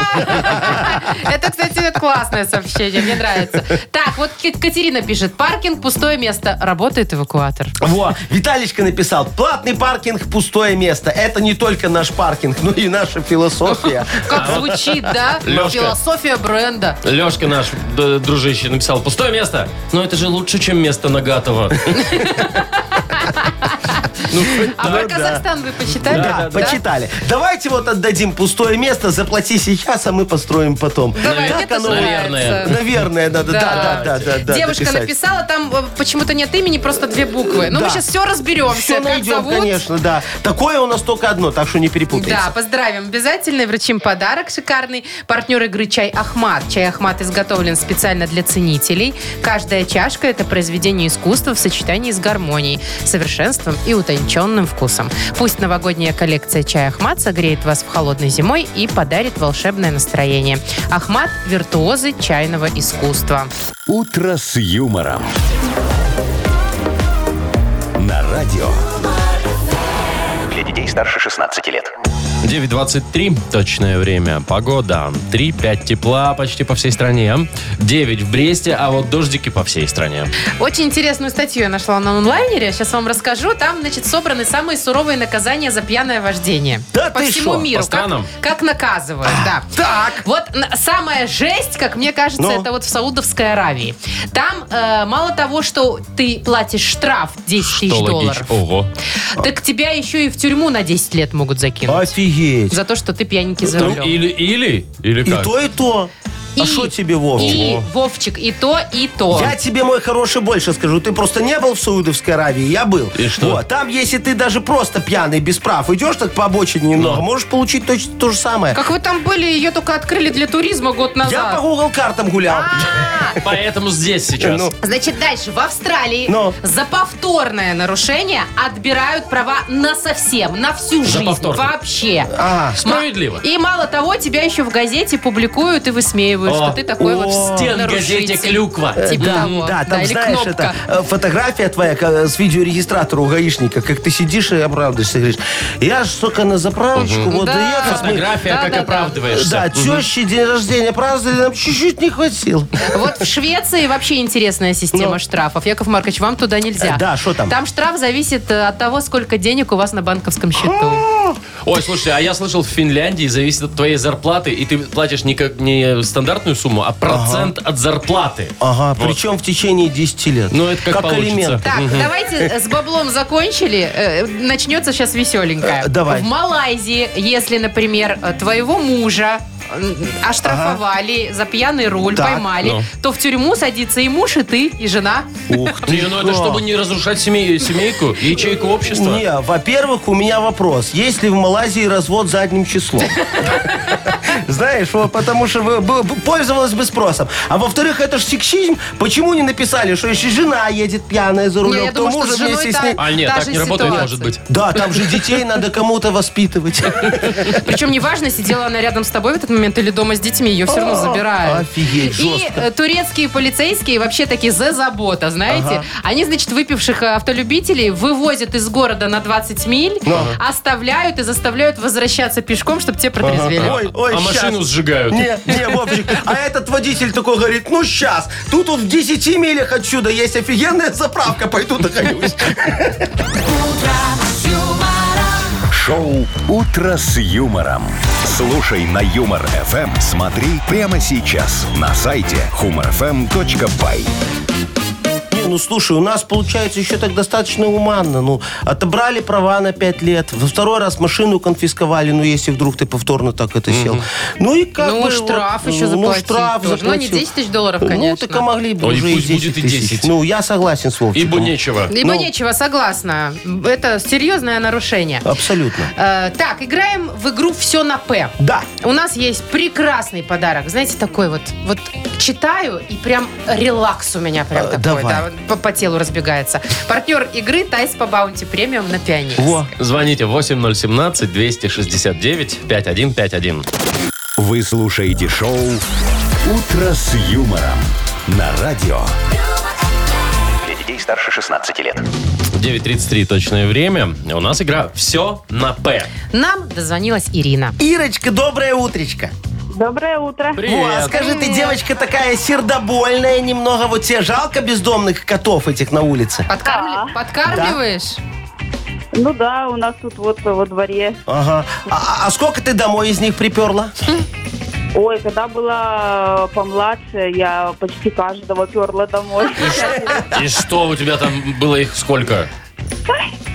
Speaker 3: Это, кстати, классное сообщение, мне нравится. Так, вот Кат- Катерина пишет, паркинг, пустое место, работает эвакуатор.
Speaker 4: Во, Виталичка написал. Платный паркинг – пустое место. Это не только наш паркинг, но и наша философия.
Speaker 3: Как звучит, да?
Speaker 2: Лёшка.
Speaker 3: Философия бренда.
Speaker 2: Лешка наш д- дружище написал, пустое место. Но это же лучше, чем место Нагатова. Ну, хоть
Speaker 3: А
Speaker 2: так.
Speaker 3: про Казахстан вы почитали? Да?
Speaker 4: Да, почитали. Давайте вот отдадим пустое место, заплати сейчас, а мы построим потом.
Speaker 3: Давай,
Speaker 2: Навер-
Speaker 3: мне тоже
Speaker 2: Наверное.
Speaker 3: нравится.
Speaker 4: Наверное, надо. Да, да, да, да. да,
Speaker 3: Девушка
Speaker 4: дописать.
Speaker 3: написала, там э, почему-то нет имени, просто две буквы. Ну, мы
Speaker 4: Да.
Speaker 3: сейчас все разберемся.
Speaker 4: Все
Speaker 3: как
Speaker 4: найдем,
Speaker 3: зовут.
Speaker 4: конечно, да. Такое у нас только одно, так что не перепутайте.
Speaker 3: Да, поздравим обязательно и вручим подарок шикарный. Партнер игры «Чай Ахмат». «Чай Ахмат» изготовлен специально для ценителей. Каждая чашка – это произведение искусства в сочетании с гармонией, совершенством и утонченным вкусом. Пусть новогодняя коллекция «Чай Ахмат» согреет вас в холодной зимой и подарит волшебное настроение. «Ахмат» – виртуозы чайного искусства.
Speaker 1: «Утро с юмором». На радио.
Speaker 5: Для детей старше 16 лет.
Speaker 2: 9.23, точное время, погода. 3-5 тепла почти по всей стране. 9 в Бресте, а вот дождики по всей стране.
Speaker 3: Очень интересную статью я нашла на онлайнере. Сейчас вам расскажу. Там, значит, собраны самые суровые наказания за пьяное вождение.
Speaker 4: Да
Speaker 3: По
Speaker 4: ты
Speaker 3: всему
Speaker 4: шо, А,
Speaker 3: миру.
Speaker 2: по странам?
Speaker 3: Как, как наказывают, да.
Speaker 4: Так.
Speaker 3: Вот на- самая жесть, как мне кажется,
Speaker 4: Ну?
Speaker 3: это вот в Саудовской Аравии. Там э, мало того, что ты платишь штраф 10 тысяч
Speaker 2: Что
Speaker 3: долларов,
Speaker 2: Ого.
Speaker 3: так тебя еще и в тюрьму на 10 лет могут закинуть.
Speaker 4: Офигеть.
Speaker 3: За то, что ты пьяненький за
Speaker 2: Ну,
Speaker 3: рулем.
Speaker 2: или, или, или
Speaker 4: И
Speaker 2: как?
Speaker 4: то, и то.
Speaker 3: И-
Speaker 4: А что тебе, Вов?
Speaker 3: И, Вовчик, и то, и то.
Speaker 4: Я тебе, мой хороший, больше скажу. Ты просто не был в Саудовской Аравии, я был.
Speaker 2: И что?
Speaker 4: Вот, там, если ты даже просто пьяный, без прав, идешь так по обочине немного,
Speaker 2: Ну.
Speaker 4: можешь получить точно то же самое.
Speaker 3: Как вы там были, ее только открыли для туризма год назад.
Speaker 4: Я по Google картам гулял.
Speaker 3: А,
Speaker 2: Поэтому здесь сейчас.
Speaker 4: Ну.
Speaker 3: Значит, дальше. В Австралии
Speaker 4: Ну.
Speaker 3: за повторное нарушение отбирают права на совсем, на всю
Speaker 2: За
Speaker 3: жизнь.
Speaker 2: повторное.
Speaker 3: Вообще.
Speaker 4: А,
Speaker 2: Справедливо.
Speaker 3: И мало того, тебя еще в газете публикуют и высмеивают,
Speaker 2: О.
Speaker 3: что ты такой вот
Speaker 2: Стен газете
Speaker 3: нарушитель.
Speaker 2: клюква.
Speaker 3: Типа
Speaker 4: да,
Speaker 3: того.
Speaker 4: да, там,
Speaker 3: или
Speaker 4: знаешь,
Speaker 3: кнопка.
Speaker 4: это э, фотография твоя ка- э, с видеорегистратора у гаишника, как ты сидишь и оправдываешься, говоришь, я ж, сука, на заправочку, вот
Speaker 3: Да.
Speaker 4: доехал. мы-
Speaker 2: Фотография,
Speaker 3: Да,
Speaker 2: как
Speaker 3: да, да.
Speaker 2: оправдываешься.
Speaker 4: Да, тещи день рождения праздновали, нам чуть-чуть не хватило.
Speaker 3: Вот в Швеции вообще интересная система
Speaker 4: Ну.
Speaker 3: штрафов. Яков Маркович, вам туда нельзя.
Speaker 4: Э, да, шо там?
Speaker 3: Там штраф зависит э, от того, сколько денег у вас на банковском счету.
Speaker 2: Ой, слушай, а я слышал, в Финляндии зависит от твоей зарплаты, и ты платишь не, как, не стандартную сумму, а процент от зарплаты.
Speaker 4: Ага,
Speaker 2: Вот.
Speaker 4: причем в течение 10 лет.
Speaker 2: Ну, это как получится.
Speaker 4: элемент.
Speaker 3: Так, давайте э, с баблом закончили. Э, Начнется сейчас веселенькое.
Speaker 4: Э, давай.
Speaker 3: В Малайзии, если, например, э, твоего мужа м, оштрафовали за пьяный руль,
Speaker 4: Так.
Speaker 3: поймали,
Speaker 2: Ну.
Speaker 3: то в тюрьму садится и муж, и ты, и жена.
Speaker 4: Ух ты.
Speaker 2: Не, ну это
Speaker 4: да.
Speaker 2: чтобы не разрушать семей- семейку, ячейку общества.
Speaker 4: Не, во-первых, у меня вопрос. Есть ли в Малайзии развод задним числом? Знаешь, вот потому что вы- бы- бы- пользовалась бы спросом. А во-вторых, это ж сексизм. Почему не написали, что если жена едет пьяная за
Speaker 3: Не,
Speaker 4: рулем,
Speaker 3: я
Speaker 4: то
Speaker 3: думаю, что
Speaker 4: мужа
Speaker 3: с женой
Speaker 4: вместе с
Speaker 3: та-
Speaker 4: ней...
Speaker 2: А нет,
Speaker 3: Та
Speaker 2: так
Speaker 3: же
Speaker 2: не работает,
Speaker 3: ситуация.
Speaker 2: может быть.
Speaker 4: Да, там же детей надо кому-то воспитывать.
Speaker 2: А-
Speaker 3: Причем неважно, сидела она рядом с тобой в этот момент или дома с детьми, ее все равно забирают.
Speaker 4: Офигеть,
Speaker 3: И
Speaker 4: жестко.
Speaker 3: э, турецкие полицейские вообще такие за забота, знаете. Они, значит, выпивших э, автолюбителей вывозят из города на 20 миль,
Speaker 4: Ну.
Speaker 3: оставляют и заставляют возвращаться пешком, чтобы те протрезвели.
Speaker 4: Ой, ой,
Speaker 2: а
Speaker 4: щас.
Speaker 2: машину сжигают.
Speaker 4: Не, не, Вовчик. А этот водитель такой говорит, ну сейчас, тут вот в 10 милях отсюда есть офигенная заправка, пойду догонюсь.
Speaker 1: Шоу «Утро с юмором». Слушай на Юмор Эм. ФМ. Смотри прямо сейчас на сайте humorfm.by.
Speaker 4: Не, ну слушай, у нас получается еще так достаточно гуманно. Ну, отобрали права на 5 лет, во второй раз машину конфисковали, ну, если вдруг ты повторно так это сел. Ну и как
Speaker 3: Ну,
Speaker 4: бы
Speaker 3: штраф
Speaker 4: вот,
Speaker 3: еще
Speaker 4: ну,
Speaker 3: заплатить
Speaker 4: штраф
Speaker 3: тоже. Ну, не
Speaker 4: заплатил.
Speaker 3: 10 тысяч долларов,
Speaker 4: Ну,
Speaker 3: конечно.
Speaker 4: так а могли бы
Speaker 2: Ой,
Speaker 4: уже
Speaker 2: пусть
Speaker 4: и
Speaker 2: будет
Speaker 4: 10
Speaker 2: и
Speaker 4: тысяч.
Speaker 2: 10.
Speaker 4: Ну, я согласен с Вовчиком.
Speaker 2: Ибо нечего.
Speaker 3: Ибо
Speaker 4: Ну.
Speaker 3: нечего, согласна. Это серьезное нарушение.
Speaker 4: А Абсолютно.
Speaker 3: Э, так, играем в игру «Все на П».
Speaker 4: Да.
Speaker 3: У нас есть прекрасный подарок. Знаете, такой вот, вот читаю, и прям релакс у меня прям
Speaker 4: Э,
Speaker 3: такой,
Speaker 4: давай.
Speaker 3: да, вот по, по телу разбегается. Партнер игры «Тайс по баунти премиум» на пианино.
Speaker 4: Во.
Speaker 2: Звоните 8017-269-5151.
Speaker 1: Вы слушаете шоу «Утро с юмором» на радио.
Speaker 5: Для детей старше 16 лет.
Speaker 2: 9.33 точное время. У нас игра «Все на П».
Speaker 3: Нам дозвонилась Ирина.
Speaker 4: Ирочка, доброе утречко.
Speaker 9: Доброе утро.
Speaker 4: Во, а скажи, ты девочка такая сердобольная немного. Вот тебе жалко бездомных котов этих на улице?
Speaker 3: Подкармли- Подкармливаешь?
Speaker 9: Ну да, у нас тут вот э, во дворе.
Speaker 4: Ага. А, а сколько ты домой из них приперла?
Speaker 9: Ой, когда была э, помладше, я почти каждого перла домой.
Speaker 2: И что у тебя там было их сколько?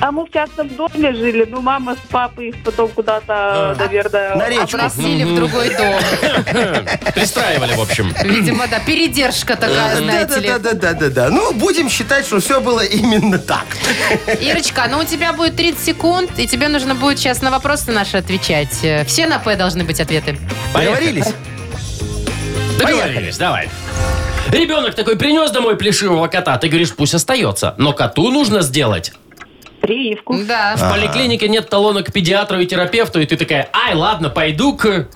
Speaker 9: А мы в частном доме жили, ну мама с папой их потом куда-то,
Speaker 4: На
Speaker 9: наверное...
Speaker 4: речку.
Speaker 3: Опросили в другой дом.
Speaker 2: Пристраивали, в общем.
Speaker 3: Видимо, да, передержка такая, знаете ли.
Speaker 4: Да-да-да-да-да-да. Ну, будем считать, что все было именно так.
Speaker 3: Ирочка, ну у тебя будет 30 секунд, и тебе нужно будет сейчас на вопросы наши отвечать. Э, Все на П должны быть ответы.
Speaker 4: Договорились?
Speaker 2: Договорились, давай. Ребенок такой принес домой плешивого кота, ты говоришь, пусть остается. Но коту нужно сделать.
Speaker 9: Прививку.
Speaker 3: Да.
Speaker 2: В поликлинике нет талона к педиатру и терапевту, и ты такая, ай, ладно, пойду к...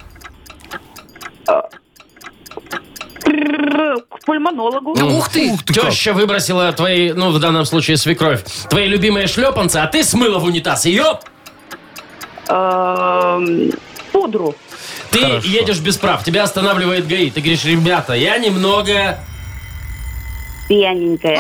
Speaker 9: К пульмонологу.
Speaker 2: Ух ты! Теща выбросила твои, ну, в данном случае свекровь, твои любимые шлепанцы, а ты смыла в унитаз ее.
Speaker 9: Эм, Пудру.
Speaker 2: Ты едешь без прав, тебя останавливает ГАИ. Ты говоришь, ребята, я немного...
Speaker 9: Пьяненькая.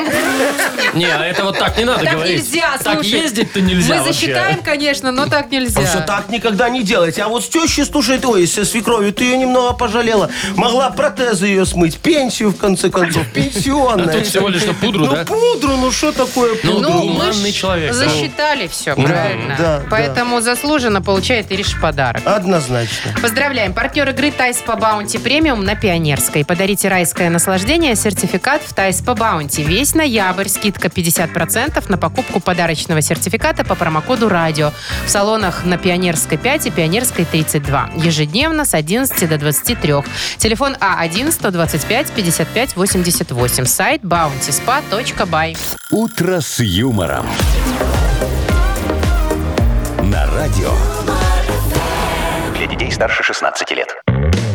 Speaker 2: Не, а это вот так не надо
Speaker 3: Так
Speaker 2: говорить.
Speaker 3: нельзя,
Speaker 2: Так
Speaker 3: слушай.
Speaker 2: ездить-то нельзя
Speaker 3: Мы засчитаем, конечно, но так нельзя.
Speaker 4: А что так никогда не делать. А вот с тещей, слушай, ой, со свекровью, ты ее немного пожалела. Могла протезы ее смыть, пенсию, в конце концов, пенсионная.
Speaker 3: А
Speaker 2: тут всего лишь на пудру,
Speaker 4: ну,
Speaker 2: да?
Speaker 4: пудру, ну что такое
Speaker 2: Ну,
Speaker 4: пудру?
Speaker 3: Ну, мы
Speaker 2: Гуманный
Speaker 3: ж
Speaker 2: человек, да. Ну,
Speaker 3: засчитали все, правильно.
Speaker 4: да, да.
Speaker 3: Поэтому заслуженно получает Ириш подарок.
Speaker 4: Однозначно.
Speaker 3: Поздравляем. Партнер игры «Тайс по баунти премиум» на Пионерской. Подарите райское наслаждение, сертификат в «Тайс по баунти». Весь ноябрь. Скидка 50% на покупку подарочного сертификата по промокоду «Радио». В салонах на Пионерской 5 и Пионерской 32. Ежедневно с 11 до 23. Телефон А А1-125-55-88. Сайт bountyspa.by.
Speaker 1: «Утро с юмором» на радио.
Speaker 5: Для детей старше 16 лет.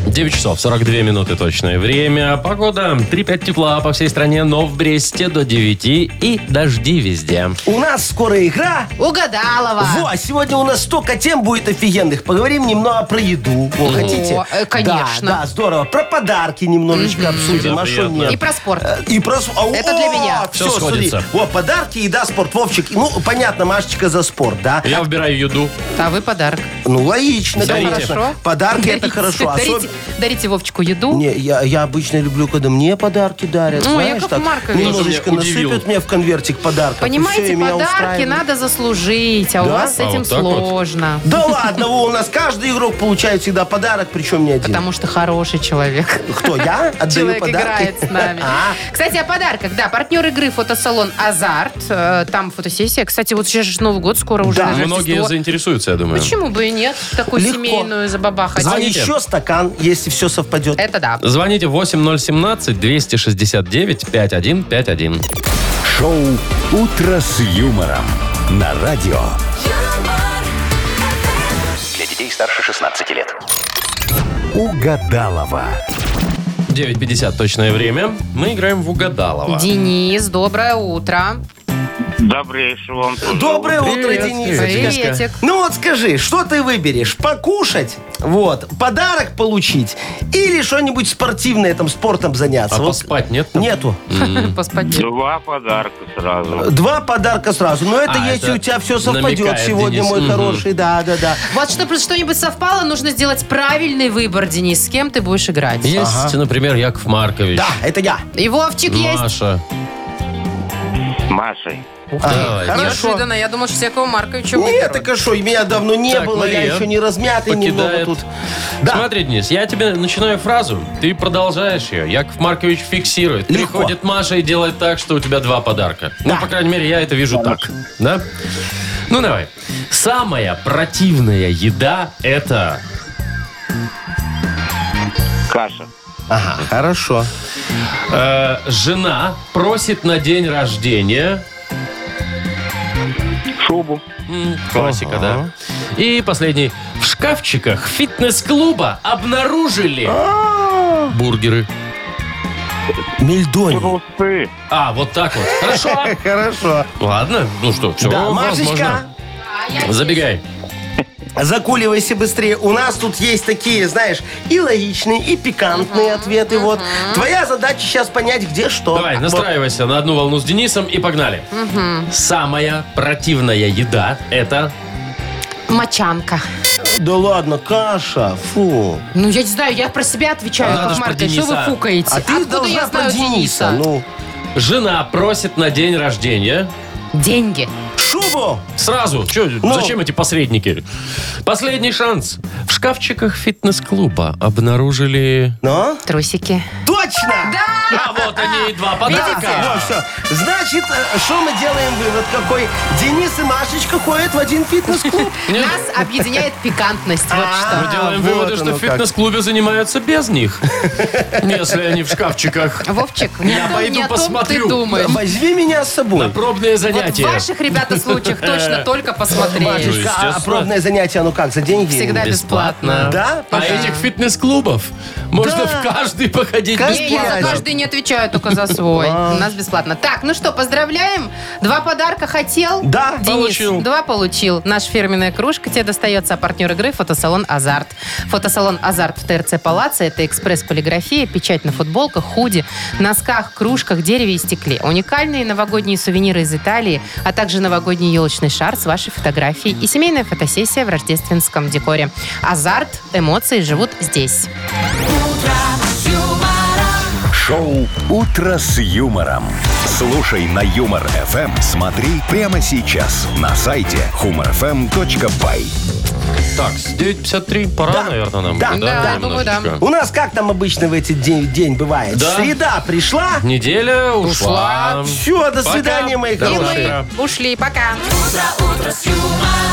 Speaker 2: 9 часов 42 минуты точное время. Погода 3-5 тепла по всей стране, но в Бресте до 9 и дожди везде.
Speaker 4: У нас скоро игра.
Speaker 3: Угадалова.
Speaker 4: Во, сегодня у нас столько тем будет офигенных. Поговорим немного про еду. О, хотите?
Speaker 3: э, конечно.
Speaker 4: Да, да, здорово. Про подарки немножечко обсудим.
Speaker 2: Всегда
Speaker 4: А что
Speaker 2: приятно.
Speaker 4: нет?
Speaker 3: И про спорт.
Speaker 4: Э, И про... с- а,
Speaker 3: Это для меня.
Speaker 4: Все,
Speaker 2: Всё сходится.
Speaker 4: Смотри. О, подарки, еда, спорт. Вовчик, ну, понятно, Машечка за спорт, да?
Speaker 2: Я выбираю еду.
Speaker 3: А вы подарок.
Speaker 4: Ну, логично,
Speaker 2: Дарите.
Speaker 4: конечно. Подарки это хорошо.
Speaker 3: Дарите,
Speaker 4: Особ-
Speaker 3: дарите Вовчику еду.
Speaker 4: Не, я, я обычно люблю, когда мне подарки дарят.
Speaker 3: Ну,
Speaker 4: знаешь,
Speaker 3: Яков
Speaker 4: так
Speaker 3: Маркович.
Speaker 4: немножечко
Speaker 2: Тоже меня удивил.
Speaker 4: насыпят мне в конвертик подарков. и всё,
Speaker 3: Понимаете,
Speaker 4: и меня
Speaker 3: подарки
Speaker 4: устраивает.
Speaker 3: надо заслужить, а у
Speaker 4: Да?
Speaker 3: вас с
Speaker 2: А,
Speaker 3: этим
Speaker 2: вот так вот.
Speaker 3: сложно.
Speaker 4: Да ладно, во, у нас каждый игрок получает всегда подарок, причем не один.
Speaker 3: Потому что хороший человек.
Speaker 4: Кто, я? Отдаю
Speaker 3: Человек
Speaker 4: подарки?
Speaker 3: играет с нами.
Speaker 4: А,
Speaker 3: Кстати, о подарках. Да, партнер игры фотосалон «Азарт». Э, Там фотосессия. Кстати, вот сейчас же Новый год, скоро уже
Speaker 4: Да.
Speaker 3: на
Speaker 2: Многие
Speaker 3: Рождество.
Speaker 2: заинтересуются, я думаю.
Speaker 3: Почему бы и нет? Такую
Speaker 4: Легко.
Speaker 3: семейную забабахать.
Speaker 4: а
Speaker 2: Звоните.
Speaker 4: еще стакан, если все совпадет.
Speaker 3: Это да.
Speaker 2: Звоните 8017-269-5151.
Speaker 1: Шоу «Утро с юмором» на радио.
Speaker 8: юмор,
Speaker 5: Для детей старше 16 лет.
Speaker 1: Угадалова.
Speaker 2: 9.50 точное время. Мы играем в угадалово.
Speaker 3: Денис, доброе утро.
Speaker 6: Добрейшего вам
Speaker 4: Доброе утро,
Speaker 2: Привет,
Speaker 4: Денис.
Speaker 2: привет. Денежка.
Speaker 3: Приветик.
Speaker 4: Ну вот скажи, что ты выберешь? Покушать? Вот. Подарок получить? Или что-нибудь спортивное, там, спортом заняться?
Speaker 2: А
Speaker 4: Вот
Speaker 2: поспать нет? там?
Speaker 4: Нету.
Speaker 3: Поспать.
Speaker 6: Два подарка сразу.
Speaker 4: Два подарка сразу. Но это
Speaker 2: А,
Speaker 4: если
Speaker 2: это
Speaker 4: у тебя все совпадет
Speaker 2: намекает
Speaker 4: сегодня,
Speaker 2: Денис.
Speaker 4: мой
Speaker 2: Мгм.
Speaker 4: хороший. Да, да, да.
Speaker 3: Вот чтобы что-нибудь совпало, нужно сделать правильный выбор, Денис, с кем ты будешь играть.
Speaker 2: Есть, например, Яков Маркович.
Speaker 4: Да, это я.
Speaker 3: И Вовчик есть.
Speaker 2: Маша.
Speaker 6: Машей.
Speaker 2: Давай.
Speaker 4: Хорошо.
Speaker 3: Неожиданно. Я думал, что Всякого Марковича
Speaker 4: Нет,
Speaker 3: выберут.
Speaker 4: так а что, меня давно не
Speaker 2: Так,
Speaker 4: было,
Speaker 2: Мария
Speaker 4: я еще не размятый
Speaker 2: покидает.
Speaker 4: немного тут. Да.
Speaker 2: Смотри, Денис, я тебе начинаю фразу, ты продолжаешь ее. Яков Маркович фиксирует.
Speaker 4: Легко.
Speaker 2: Приходит Маша и делает так, что у тебя два подарка. Ну, по крайней мере, я это вижу так. Да? Ну, давай. Самая противная еда – это...
Speaker 6: Каша.
Speaker 4: Ага, хорошо.
Speaker 2: э, жена просит на день рождения...
Speaker 6: Шубу.
Speaker 2: М, Классика, да? И последний. В шкафчиках фитнес-клуба обнаружили...
Speaker 4: А!
Speaker 2: Бургеры.
Speaker 4: Мельдони.
Speaker 6: Трусы.
Speaker 2: А, вот так вот. Хорошо.
Speaker 4: Хорошо.
Speaker 2: Ладно, ну что, все
Speaker 4: Да,
Speaker 2: возможно.
Speaker 4: Машечка,
Speaker 2: Забегай.
Speaker 4: Закуливайся быстрее. У нас тут есть такие, знаешь, и логичные, и пикантные ответы. Вот. Твоя задача сейчас понять, где что.
Speaker 2: Давай,
Speaker 4: Вот.
Speaker 2: настраивайся на одну волну с Денисом и погнали. Самая противная еда это...
Speaker 3: Мочанка.
Speaker 4: Да ладно, каша, фу.
Speaker 3: Ну, я не знаю, я про себя отвечаю,
Speaker 2: А надо
Speaker 3: Яков
Speaker 2: ж про
Speaker 3: Маркович, что вы
Speaker 2: Дениса.
Speaker 3: фукаете?
Speaker 4: А ты
Speaker 3: Откуда
Speaker 4: должна
Speaker 3: я знаю
Speaker 4: про Дениса. Ну,
Speaker 2: Жена просит на день рождения.
Speaker 3: Деньги.
Speaker 4: шубу.
Speaker 2: Сразу. Чё,
Speaker 4: Ну.
Speaker 2: Зачем эти посредники? Последний шанс. В шкафчиках фитнес-клуба обнаружили...
Speaker 4: Ну,
Speaker 3: Трусики.
Speaker 4: точно.
Speaker 2: А вот они и два
Speaker 4: Да,
Speaker 2: подарка.
Speaker 4: все. Значит, э, что мы делаем вывод какой? Денис и Машечка ходят в один фитнес-клуб.
Speaker 2: Нет.
Speaker 3: Нас объединяет пикантность, вот
Speaker 2: Мы
Speaker 3: что.
Speaker 2: делаем
Speaker 4: А,
Speaker 2: выводы,
Speaker 4: вот
Speaker 2: что
Speaker 4: оно
Speaker 2: в фитнес-клубе занимаются без них. Если они в шкафчиках.
Speaker 4: А,
Speaker 3: Вовчик, не
Speaker 2: Я
Speaker 3: о том,
Speaker 2: пойду
Speaker 3: не о том ты
Speaker 2: посмотрю.
Speaker 3: думаешь.
Speaker 4: Возьми меня с
Speaker 2: На
Speaker 4: собой.
Speaker 2: пробные
Speaker 3: Вот в
Speaker 2: занятия.
Speaker 3: ваших, ребята, случаях точно только посмотреть.
Speaker 4: Машечка, а- а
Speaker 2: естественно.
Speaker 4: пробное занятие, ну как, за деньги?
Speaker 3: Всегда бесплатно.
Speaker 4: Да?
Speaker 2: А этих фитнес-клубов можно
Speaker 4: Да.
Speaker 2: в каждый походить
Speaker 4: Каждый
Speaker 3: Не, я за
Speaker 4: бесплатно.
Speaker 3: каждый не отвечаю, только за свой. У нас бесплатно. Так, ну что, поздравляем. Два подарка хотел?
Speaker 4: Да,
Speaker 3: Денис,
Speaker 2: получил.
Speaker 3: Два получил. Наша фирменная кружка тебе достается, а партнер игры – фотосалон «Азарт». Фотосалон «Азарт» в ТРЦ «Палаца» – это экспресс-полиграфия, печать на футболках, худи, носках, кружках, дереве и стекле. Уникальные новогодние сувениры из Италии, а также новогодний елочный шар с вашей фотографией и семейная фотосессия в рождественском декоре. «Азарт» – эмоции живут здесь.
Speaker 1: Шоу «Утро с юмором». Слушай на Юмор ФМ. Смотри прямо сейчас на сайте humorfm.by.
Speaker 2: Так, с 9.53 пора, наверное, нам.
Speaker 4: да,
Speaker 3: да, думаю, да.
Speaker 2: немножечко?
Speaker 4: У нас как там обычно в этот день, день бывает?
Speaker 2: Да.
Speaker 4: Среда пришла.
Speaker 2: Неделя ушла.
Speaker 4: Все, до
Speaker 2: Пока.
Speaker 4: свидания, мои
Speaker 2: До
Speaker 4: хорошие.
Speaker 2: завтра.
Speaker 3: Ушли, пока.
Speaker 8: утро с юмором.